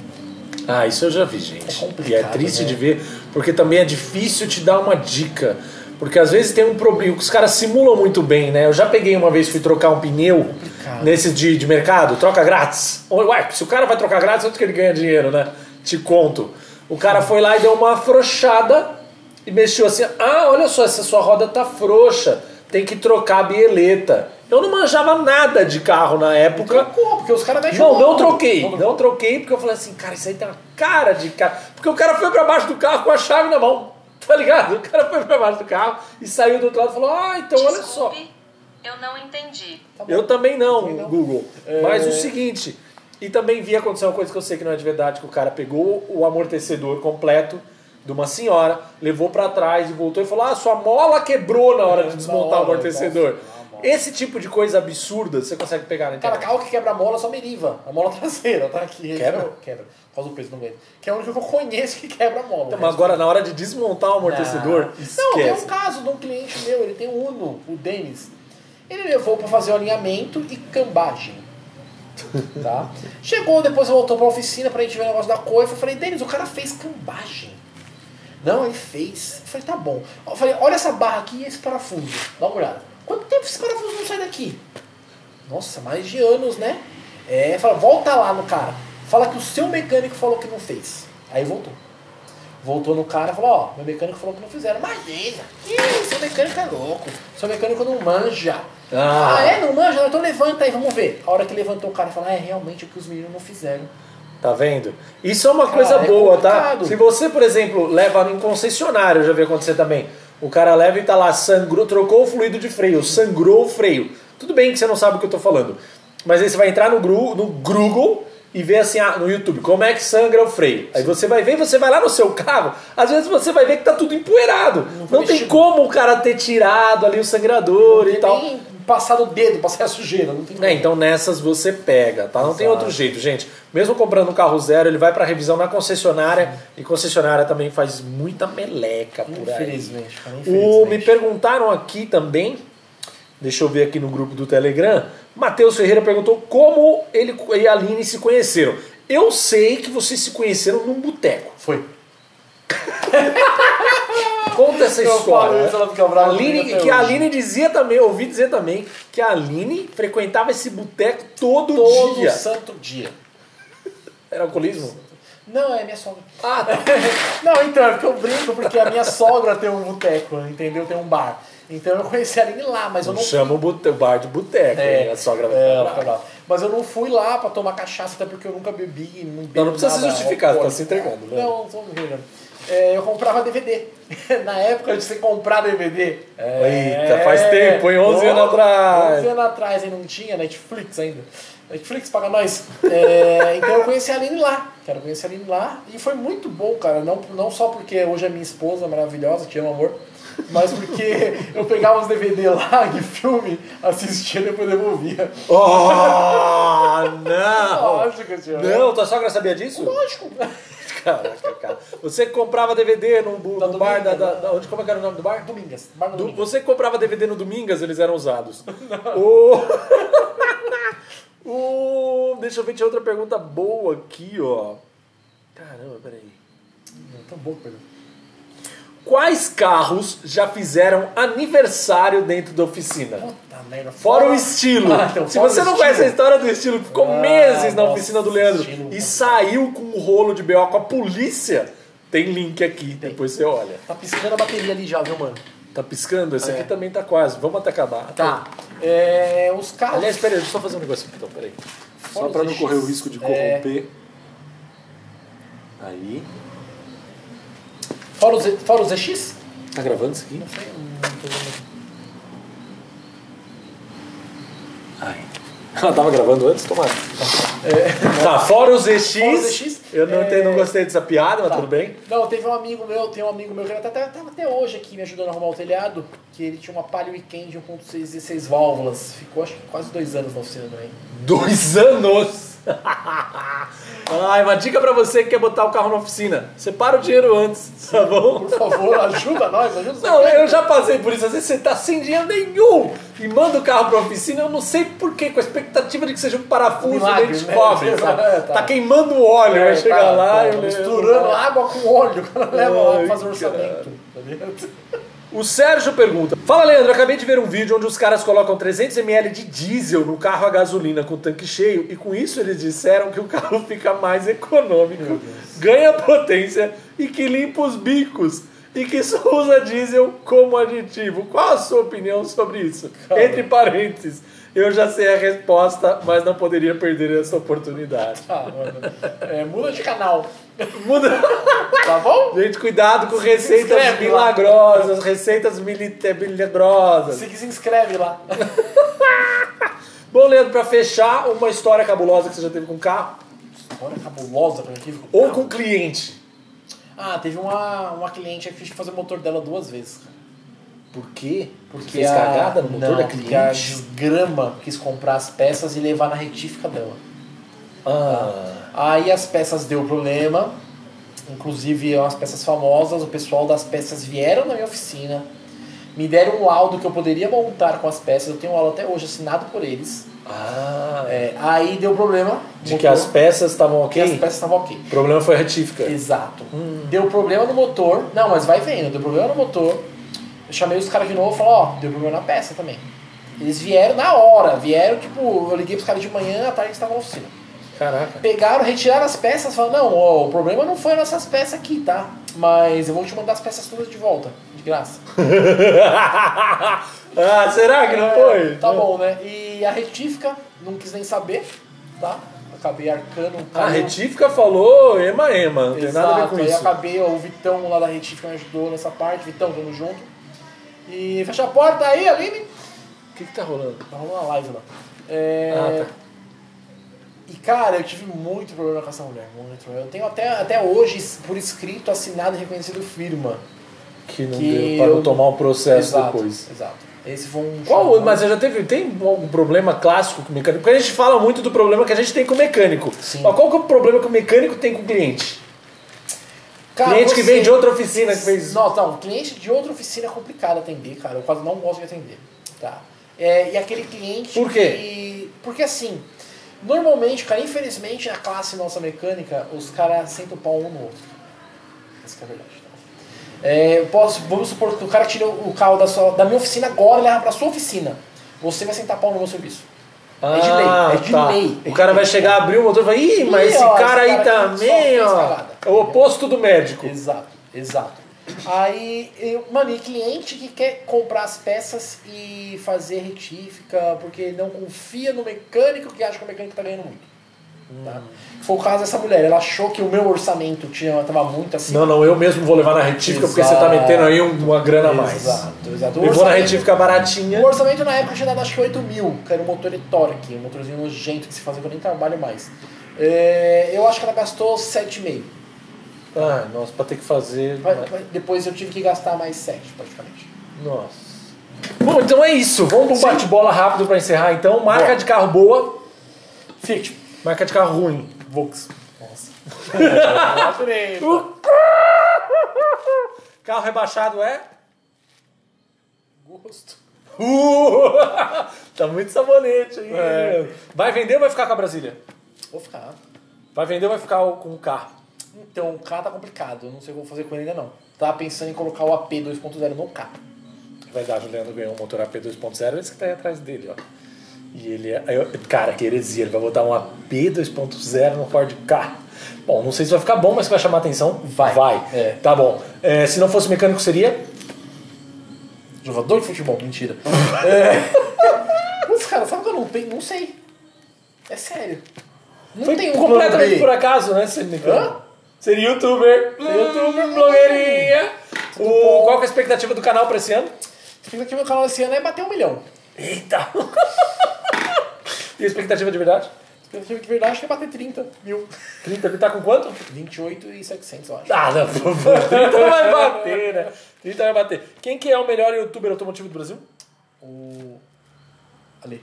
S1: Ah, isso eu já vi, gente.
S2: É complicado,
S1: e é triste
S2: né?
S1: de ver, porque também é difícil te dar uma dica. Porque às vezes tem um problema, os caras simulam muito bem, né? Eu já peguei uma vez, fui trocar um pneu
S2: Complicado.
S1: nesse de, de mercado, troca grátis. Ué, se o cara vai trocar grátis, quanto que ele ganha dinheiro, né? Te conto. O cara foi lá e deu uma afrouxada e mexeu assim: ah, olha só, essa sua roda tá frouxa, tem que trocar a bieleta. Eu não manjava nada de carro na época.
S2: Trocou, porque os caras mexem
S1: Não,
S2: logo.
S1: não troquei.
S2: trocou.
S1: Não troquei porque eu falei assim, cara, isso aí tem uma cara de cara. Porque o cara foi pra baixo do carro com a chave na mão. Tá ligado? O cara foi pra baixo do carro e saiu do outro lado e falou: Ah, então olha só.
S3: Desculpe, eu não entendi.
S2: Tá
S1: Eu também não,
S2: não.
S1: Google.
S2: É.
S1: Mas o seguinte, e também vi acontecer uma coisa que eu sei que não é de verdade, que o cara pegou o amortecedor completo de uma senhora, levou pra trás e voltou e falou: "Ah, sua mola quebrou na hora de
S2: Na
S1: desmontar
S2: hora,
S1: o amortecedor".
S2: nossa, na mola.
S1: Esse tipo de coisa absurda você consegue pegar na
S2: Cara,
S1: internet.
S2: carro que quebra a mola só deriva. A mola traseira, tá aqui.
S1: Quebra?
S2: Quebra. Por causa do peso, não aguento. Que é o único que eu conheço que quebra a mola.
S1: Então, mas agora, na hora de desmontar o amortecedor,
S2: Não, tem um
S1: esquece.
S2: caso de um cliente meu, ele tem um Uno, o Denis. Ele levou pra fazer o alinhamento e cambagem. Tá? Chegou, depois voltou pra oficina pra gente ver o negócio da coifa. Eu falei, Denis, o cara fez cambagem. Não, ele fez. Eu falei, tá bom. Eu falei, olha essa barra aqui e esse parafuso. Dá uma olhada. Quanto tempo esse parafuso não sai daqui? Nossa, mais de anos, né? É, fala, volta lá no cara. Fala que o seu mecânico falou que não fez. Aí voltou. Voltou no cara e falou, ó, meu mecânico falou que não fizeram. Imagina! Ih, seu mecânico é louco. Seu mecânico não manja.
S1: Ah.
S2: Ah, é? Não manja? Então levanta aí, vamos ver. A hora que levantou o cara falou, é realmente o que os meninos não fizeram.
S1: Tá vendo? Isso é uma
S2: Cara,
S1: coisa
S2: é
S1: boa, tá?
S2: complicado.
S1: Se você, por exemplo, leva em concessionário, eu já vi acontecer também. O cara leva e tá lá, sangrou, trocou o fluido de freio, sangrou o freio. Tudo bem que você não sabe o que eu tô falando. Mas aí você vai entrar no, gru, no Google e ver assim ah, no YouTube como é que sangra o freio. Aí você vai ver e você vai lá no seu carro, às vezes você vai ver que tá tudo empoeirado. Não,
S2: foi
S1: tem
S2: mexido.
S1: como o cara ter tirado ali o sangrador e tal.
S2: Nem passar o dedo, passar a sujeira. Não tem
S1: então. É, então nessas você pega, tá? Não tem
S2: Exato.
S1: outro jeito, gente. Mesmo comprando um carro zero, ele vai pra revisão na concessionária e concessionária também faz muita meleca por aí.
S2: Infelizmente, cara,
S1: O, me
S2: infelizmente.
S1: perguntaram aqui também, deixa eu ver aqui no grupo do Telegram, Matheus Ferreira perguntou como ele e a Aline se conheceram. Eu sei que vocês se conheceram num boteco.
S2: Foi.
S1: Conta essa
S2: Eu
S1: história.
S2: falo isso, ela fica brava
S1: A Aline-
S2: comigo é até
S1: que a
S2: hoje.
S1: Aline dizia também, eu ouvi dizer também, que a Aline frequentava esse boteco todo,
S2: Todo
S1: dia.
S2: santo dia.
S1: Era alcoolismo?
S2: Não, é minha sogra.
S1: Ah, tá.
S2: Não, então, é porque eu brinco, porque a minha sogra tem um boteco, entendeu? Tem um bar. Então eu conheci a Aline lá, mas eu
S1: Não
S2: não
S1: chama o bute- o bar de boteco, hein? a sogra vai
S2: é,
S1: ficar
S2: ela
S1: brava.
S2: fica brava. Mas eu não fui lá pra tomar cachaça, até porque eu nunca bebi e não bebi
S1: Não, não precisa se
S2: nada
S1: justificar, você tá se
S2: alcoólico.
S1: entregando, né?
S2: Não, não sou obrigado. É, eu comprava DVD. Na época de você comprar DVD.
S1: É. Eita, faz tempo, hein? 11 anos atrás.
S2: 11 É. anos atrás, aí não tinha Netflix ainda. Netflix paga nós. É, então eu conheci a Aline lá. Quero conhecer a Aline lá. E foi muito bom, cara. Não, não só porque hoje é minha esposa maravilhosa, te amo, amor. Mas porque eu pegava os DVD lá de filme, assistia e depois devolvia.
S1: Oh, não!
S2: Lógico, tio.
S1: Não, tua sogra sabia disso?
S2: Lógico.
S1: Caraca, cara. Você comprava DVD no, bu-
S2: Da
S1: no bar da,
S2: Domingas,
S1: da-
S2: né?
S1: da- onde, como é que era o nome do bar?
S2: Domingas. Bar
S1: Do-
S2: do Domingas.
S1: você comprava DVD no Domingas, eles eram usados. O... o... Deixa eu ver, tinha outra pergunta boa aqui, ó. Caramba, peraí.
S2: Não, Tá bom, Pedro.
S1: Quais carros já fizeram aniversário dentro da oficina?
S2: Puta merda.
S1: Fora o estilo.
S2: Ah, então,
S1: Se
S2: fora
S1: você
S2: o
S1: não
S2: estilo.
S1: conhece a história do estilo, que ficou
S2: Ah,
S1: meses na
S2: nossa,
S1: oficina do Leandro
S2: estilo.
S1: e saiu com um rolo de BO com a polícia, tem link aqui, depois você olha.
S2: Tá piscando a bateria ali já, viu, mano?
S1: Tá piscando? Esse
S2: É.
S1: aqui também tá quase. Vamos até acabar.
S2: Tá. É, os carros.
S1: Aliás, peraí, deixa eu só fazer um negócio aqui então, peraí.
S2: Fora
S4: Só pra
S2: os
S4: não
S2: EX.
S4: correr o risco de
S2: É.
S4: corromper. Aí.
S2: Fora os, fora os EX?
S4: Tá gravando isso aqui? Ai. Ela tava gravando antes? Tomara.
S1: Tá, fora os EX.
S2: É. Fora os EX,
S1: eu não,
S2: é.
S1: te- não gostei dessa piada, mas
S2: Tá.
S1: tudo bem.
S2: Não, teve um amigo meu, tem um amigo meu que ele até, até- tava até hoje aqui me ajudando a arrumar o telhado, que ele tinha uma Palio um Weekend 1.6 e 6 válvulas. Ficou acho que quase dois anos né? na oficina também.
S1: Dois anos! Ai, uma dica pra você que quer botar o carro na oficina. Separa o dinheiro antes, tá bom?
S2: Por favor, ajuda nós, ajuda os
S1: Não,
S2: mecânicos.
S1: eu já passei por isso. Às vezes você tá sem dinheiro nenhum e manda o carro pra oficina, eu não sei porquê, com a expectativa de que seja um parafuso
S2: Milagre,
S1: e
S2: né?
S1: descobre. sabe?
S2: É,
S1: tá.
S2: tá.
S1: queimando o óleo,
S2: É,
S1: vai chegar
S2: tá,
S1: lá
S2: tá,
S1: e eu
S2: misturando água com óleo, o cara leva lá
S1: Ai,
S2: pra fazer um
S1: cara.
S2: orçamento. tá ligado?
S1: O Sérgio pergunta: Fala Leandro, acabei de ver um vídeo onde os caras colocam 300ml de diesel no carro a gasolina com o tanque cheio e com isso eles disseram que o carro fica mais econômico, ganha potência e que limpa os bicos e que só usa diesel como aditivo. Qual a sua opinião sobre isso? Entre parênteses, eu já sei a resposta, mas não poderia perder essa oportunidade.
S2: Ah, mano. É, muda de canal,
S1: Muda.
S2: tá bom?
S1: Gente, cuidado com receitas
S2: inscreve lá.
S1: milagrosas, receitas milite- milagrosas.
S2: Se, se inscreve lá.
S1: Bom, Leandro, pra fechar, uma história cabulosa que você já teve com carro
S2: Olha cabulosa pra aqui.
S1: ou com cliente.
S2: Ah, teve uma, uma cliente que quis fazer o motor dela duas vezes. cara.
S1: Por quê? Porque fez
S2: a-
S1: cagada no motor
S2: não,
S1: da
S2: porque a
S1: cliente.
S2: desgrama quis comprar as peças e levar na retífica dela.
S1: Ah,
S2: Aí as peças deu problema, inclusive as peças famosas, o pessoal das peças vieram na minha oficina, me deram um laudo que eu poderia montar com as peças, eu tenho um laudo até hoje assinado por eles.
S1: ah é.
S2: É, aí deu problema,
S1: De que as peças estavam
S2: que
S1: ok?
S2: as peças estavam ok.
S1: O problema foi a retífica.
S2: Exato.
S1: Hum.
S2: Deu problema no motor. Não, mas vai vendo, deu problema no motor. Eu chamei os caras de novo e falei, ó, deu problema na peça também. Eles vieram na hora, vieram, tipo, eu liguei pros caras de manhã, à tarde eles estavam na oficina.
S1: Caraca.
S2: Pegaram, retiraram as peças, falaram, não, ó, o problema não foi nessas peças aqui, tá? Mas eu vou te mandar as peças todas de volta, de graça.
S1: ah, será que não foi?
S2: É, Tá bom, né? E a retífica, não quis nem saber, tá? Acabei arcando um
S1: A
S2: carro.
S1: retífica falou ema ema, não tem
S2: Exato,
S1: nada a ver com
S2: aí
S1: isso.
S2: acabei, ó, o Vitão lá da Retífica me ajudou nessa parte, Vitão, tamo junto. E fecha a porta aí, Aline.
S1: O que, que tá rolando?
S2: Tá rolando uma live lá. É,
S1: Ah, tá.
S2: E cara, eu tive muito problema com essa mulher, muito problema. Eu tenho até, até hoje, por escrito, assinado e reconhecido firma.
S1: Que não
S2: Que
S1: deu para
S2: eu-
S1: tomar o processo
S2: exato,
S1: depois.
S2: Exato. Esse foi um.
S1: Qual,
S2: chamado-
S1: o- mas você já teve, tem algum problema clássico com o mecânico? Porque a gente fala muito do problema que a gente tem com o mecânico.
S2: Sim.
S1: Mas qual que é o problema que o mecânico tem com o cliente?
S2: Cara,
S1: cliente que
S2: você-
S1: vem de outra oficina que fez...
S2: Não, não, cliente de outra oficina é complicado atender, cara. Eu quase não gosto de atender. Tá. É, e aquele cliente.
S1: Por quê?
S2: que- Porque assim, normalmente, cara, infelizmente na classe nossa mecânica, os caras sentam o pau um no outro. Essa que é a verdade. Tá? É, eu posso, vamos supor que o cara tira o carro da, sua, da minha oficina agora e leva pra sua oficina. Você vai sentar pau no meu serviço. é de lei, é de lei.
S1: Ah, tá. O cara vai chegar, abrir o motor e vai, ih, mas
S2: Ih,
S1: esse
S2: ó,
S1: cara
S2: esse
S1: aí
S2: cara aqui só
S1: também,
S2: fez
S1: ó.
S2: cagada.
S1: É o oposto do médico.
S2: Exato, exato. Aí, eu, mano, e cliente que quer comprar as peças e fazer retífica porque não confia no mecânico que acha que o mecânico tá ganhando muito. Tá? Foi o caso dessa mulher, ela achou que o meu orçamento tinha, tava muito assim.
S1: Não, não, eu mesmo vou levar na retífica porque você tá
S2: Exato.
S1: metendo aí um- uma grana a mais.
S2: Exato, exato. O
S1: Eu vou na
S2: orçamento,
S1: retífica baratinha.
S2: o orçamento na época tinha dado acho que 8 mil, que era um motor de torque, um motorzinho nojento que se fazia que eu nem trabalho mais. É, eu acho que ela gastou 7,5.
S1: Ah, nossa, pra ter que fazer...
S2: Mas- mas Depois eu tive que gastar mais 7 praticamente.
S1: Nossa. Bom, então é isso. Vamos pro
S2: Sim.
S1: bate-bola rápido pra encerrar então. Marca
S2: Bora.
S1: de carro boa,
S2: Fiat,
S1: marca de carro ruim.
S2: Vox. Nossa.
S1: Carro rebaixado é?
S2: Gosto.
S1: Uh! tá muito sabonete aí.
S2: É.
S1: Vai vender ou vai ficar com a Brasília?
S2: Vou ficar.
S1: Vai vender ou vai ficar com o carro?
S2: Então, o cara tá complicado. Eu não sei o que eu vou fazer com ele ainda não. Tava pensando em colocar o AP 2.0 no carro.
S1: Verdade, o Leandro ganhou um motor AP 2.0, esse que tá aí atrás dele, ó. E ele é. eu- cara, que heresia, ele vai botar um AP 2.0 no Ford K. Bom, não sei se vai ficar bom, mas vai chamar atenção.
S2: Vai.
S1: Vai.
S2: É.
S1: Tá bom. É, se não fosse mecânico, seria.
S2: Jogador de futebol, mentira. É. Mas, cara, sabe que eu não tenho? Não sei. É sério. Não
S1: Foi
S2: tem um
S1: completamente por
S2: plano B.
S1: acaso, né? Ser mecânico.
S2: Hã? Hum,
S1: Ser youtuber. Youtuber, blogueirinha. O, qual que é a expectativa do canal pra esse ano?
S2: Expectativa do canal esse ano é bater um milhão.
S1: Eita! e a expectativa de verdade?
S2: Expectativa de verdade acho que é bater 30 mil.
S1: 30 ele tá com quanto?
S2: 28 e 700, eu acho.
S1: Ah, não, 30 vai bater, né? 30 vai bater. Quem que é o melhor youtuber automotivo do Brasil?
S2: O... Ali.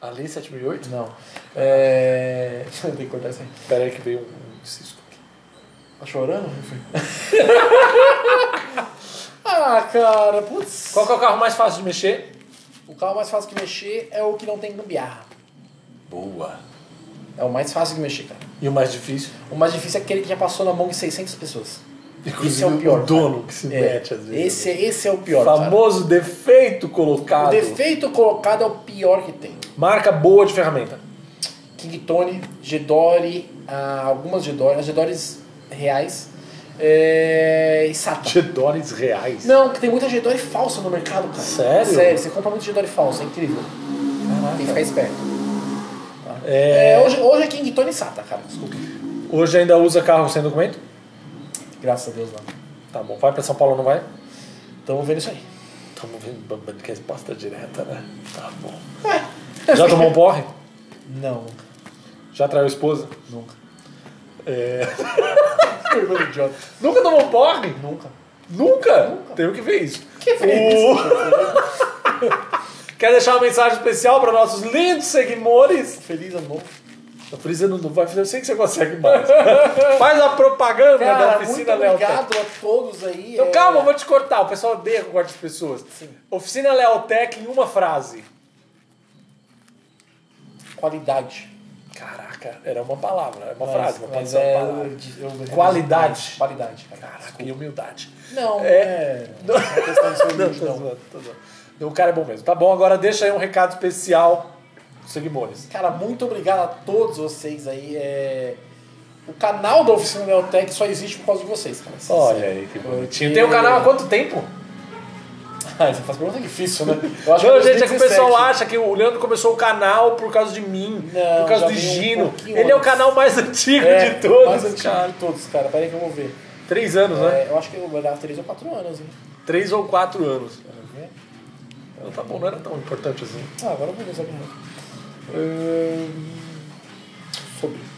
S1: Ali 7008?
S2: Não. É... Tem que cortar isso aí.
S1: Pera aí que veio um cisco aqui.
S2: Tá chorando? ah, cara, putz.
S1: Qual que é o carro mais fácil de mexer?
S2: O carro mais fácil de mexer é o que não tem gambiarra.
S4: Boa.
S2: É o mais fácil de mexer, cara.
S1: E o mais difícil?
S2: O mais difícil é aquele que já passou na mão de 600 pessoas.
S1: Inclusive,
S2: é o pior,
S1: dono que se
S2: É,
S1: mete às vezes.
S2: esse, esse é o
S1: O
S2: pior, cara.
S1: famoso defeito
S2: O
S1: colocado.
S2: defeito colocado é o pior que tem.
S1: Marca boa de ferramenta.
S2: Kingtone, Gedore, ah, algumas Gedore, as Gedores reais é, e Sata.
S1: De dólares reais.
S2: Não, que tem muita Gedore falsa no mercado, cara.
S1: Sério?
S2: Sério, você compra muito Gedore falso, é incrível. Tem que ficar esperto.
S1: É,
S2: É, hoje, hoje é Kingtone e Sata, cara, desculpa.
S1: Hoje ainda usa carro sem documento?
S2: Graças a Deus, não.
S1: Tá bom. Vai pra São Paulo ou não vai?
S2: Tamo vendo isso aí.
S1: Estamos vendo b- b- que resposta direta, né? Tá bom.
S2: É.
S1: Já tomou um porre?
S2: Não,
S1: Já traiu a esposa?
S2: nunca.
S1: É...
S2: Pergunta idiota.
S1: Nunca tomou um porre?
S2: Nunca.
S1: Nunca? Teve que ver isso.
S2: Que feliz.
S1: Quer deixar uma mensagem especial para nossos lindos seguidores?
S2: Feliz ano novo.
S1: Tô frisando não vai, eu sei que você consegue mais. Faz a propaganda da
S2: Cara, muito
S1: oficina Leotec.
S2: obrigado a todos aí.
S1: Então
S2: é,
S1: calma, eu vou te cortar. O pessoal odeia que eu corte as pessoas.
S2: Sim.
S1: Oficina Leotec em uma frase.
S2: Qualidade.
S1: Caraca, era uma palavra, era uma
S2: Mas-
S1: frase, uma
S2: mas
S1: posição
S2: é,
S1: palavra.
S2: eu- eu-
S1: Qualidade.
S2: Qualidade, cara.
S1: Caraca, e humildade.
S2: Não,
S1: É.
S2: é. Não é questão de ser
S1: Não,
S2: humilde,
S1: tô
S2: não.
S1: zoando, tô zoando. O cara é bom mesmo. Tá bom, agora deixa aí um recado especial dos Seguimores.
S2: Cara, muito obrigado a todos vocês aí. é, O canal da Oficina Neotech só existe por causa de vocês, cara. Sincero.
S1: Olha aí, que bonitinho.
S2: Porque-
S1: Tem o canal há quanto tempo?
S2: Ah, você faz pergunta difícil, né? Eu
S1: Não, gente, é que o pessoal
S2: 2017.
S1: acha que o Leandro começou o canal por causa de mim,
S2: Não,
S1: por causa
S2: já
S1: do
S2: vem um
S1: Gino.
S2: pouquinho
S1: Ele é o
S2: antes.
S1: canal mais antigo
S2: É,
S1: de todos,
S2: mais antigo
S1: cara.
S2: de todos, cara. Peraí que eu vou ver.
S1: Três anos, né?
S2: É, eu acho que eu vou dar 3 ou 4 anos, hein?
S1: Três ou quatro anos.
S2: Quero ver.
S1: Não, tá bom, não era tão importante assim.
S2: Ah, agora eu vou ver essa pergunta. Ahn, Sobre.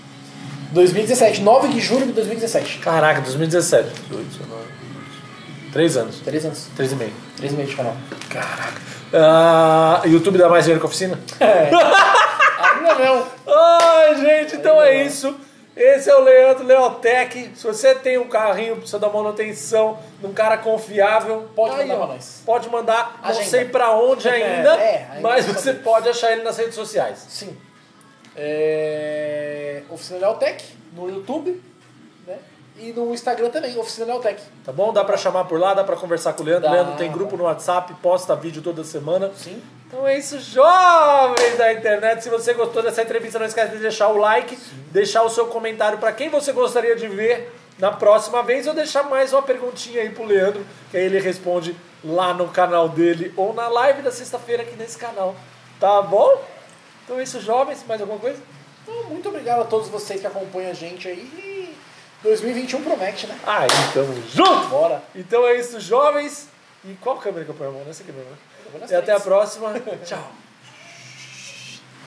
S2: 2017, 9 de julho de 2017.
S1: Caraca, 2017. 18, 19, 20. Três anos.
S2: 3 anos.
S1: Três e meio.
S2: 3 meses de canal.
S1: Caraca. Ah, YouTube dá mais dinheiro que a oficina?
S2: É. Ainda não.
S1: Ai, gente, então é isso. Esse é o Leandro Leotec. Se você tem um carrinho, precisa da manutenção, de um cara confiável,
S2: Pode
S1: tá
S2: mandar
S1: aí, ó.
S2: pra nós.
S1: Pode mandar, não
S2: Agenda.
S1: sei pra onde
S2: É,
S1: ainda,
S2: é, ainda
S1: mas
S2: não
S1: você
S2: sabemos.
S1: pode achar ele nas redes sociais.
S2: Sim. É... Oficina Lealtec no YouTube, né? E no Instagram também, Oficina Lealtec.
S1: Tá bom? Dá pra chamar por lá, dá pra conversar com o Leandro.
S2: Dá.
S1: Leandro tem grupo no WhatsApp, posta vídeo toda semana.
S2: Sim.
S1: Então é isso, jovens da internet. Se você gostou dessa entrevista, não esquece de deixar o like, deixar o seu comentário para quem você gostaria de ver na próxima vez ou deixar mais uma perguntinha aí pro Leandro, que aí ele responde lá no canal dele ou na live da sexta-feira aqui nesse canal. Tá bom? Então é isso, jovens. Mais alguma coisa?
S2: Então, muito obrigado a todos vocês que acompanham a gente aí. E 2021 promete, né?
S1: Aí, tamo Ah, então, junto!
S2: Bora.
S1: Então é isso, jovens. E qual câmera que eu ponho a mão? Nessa câmera, né?
S2: vou nas
S1: E até a
S2: três.
S1: próxima. Tchau.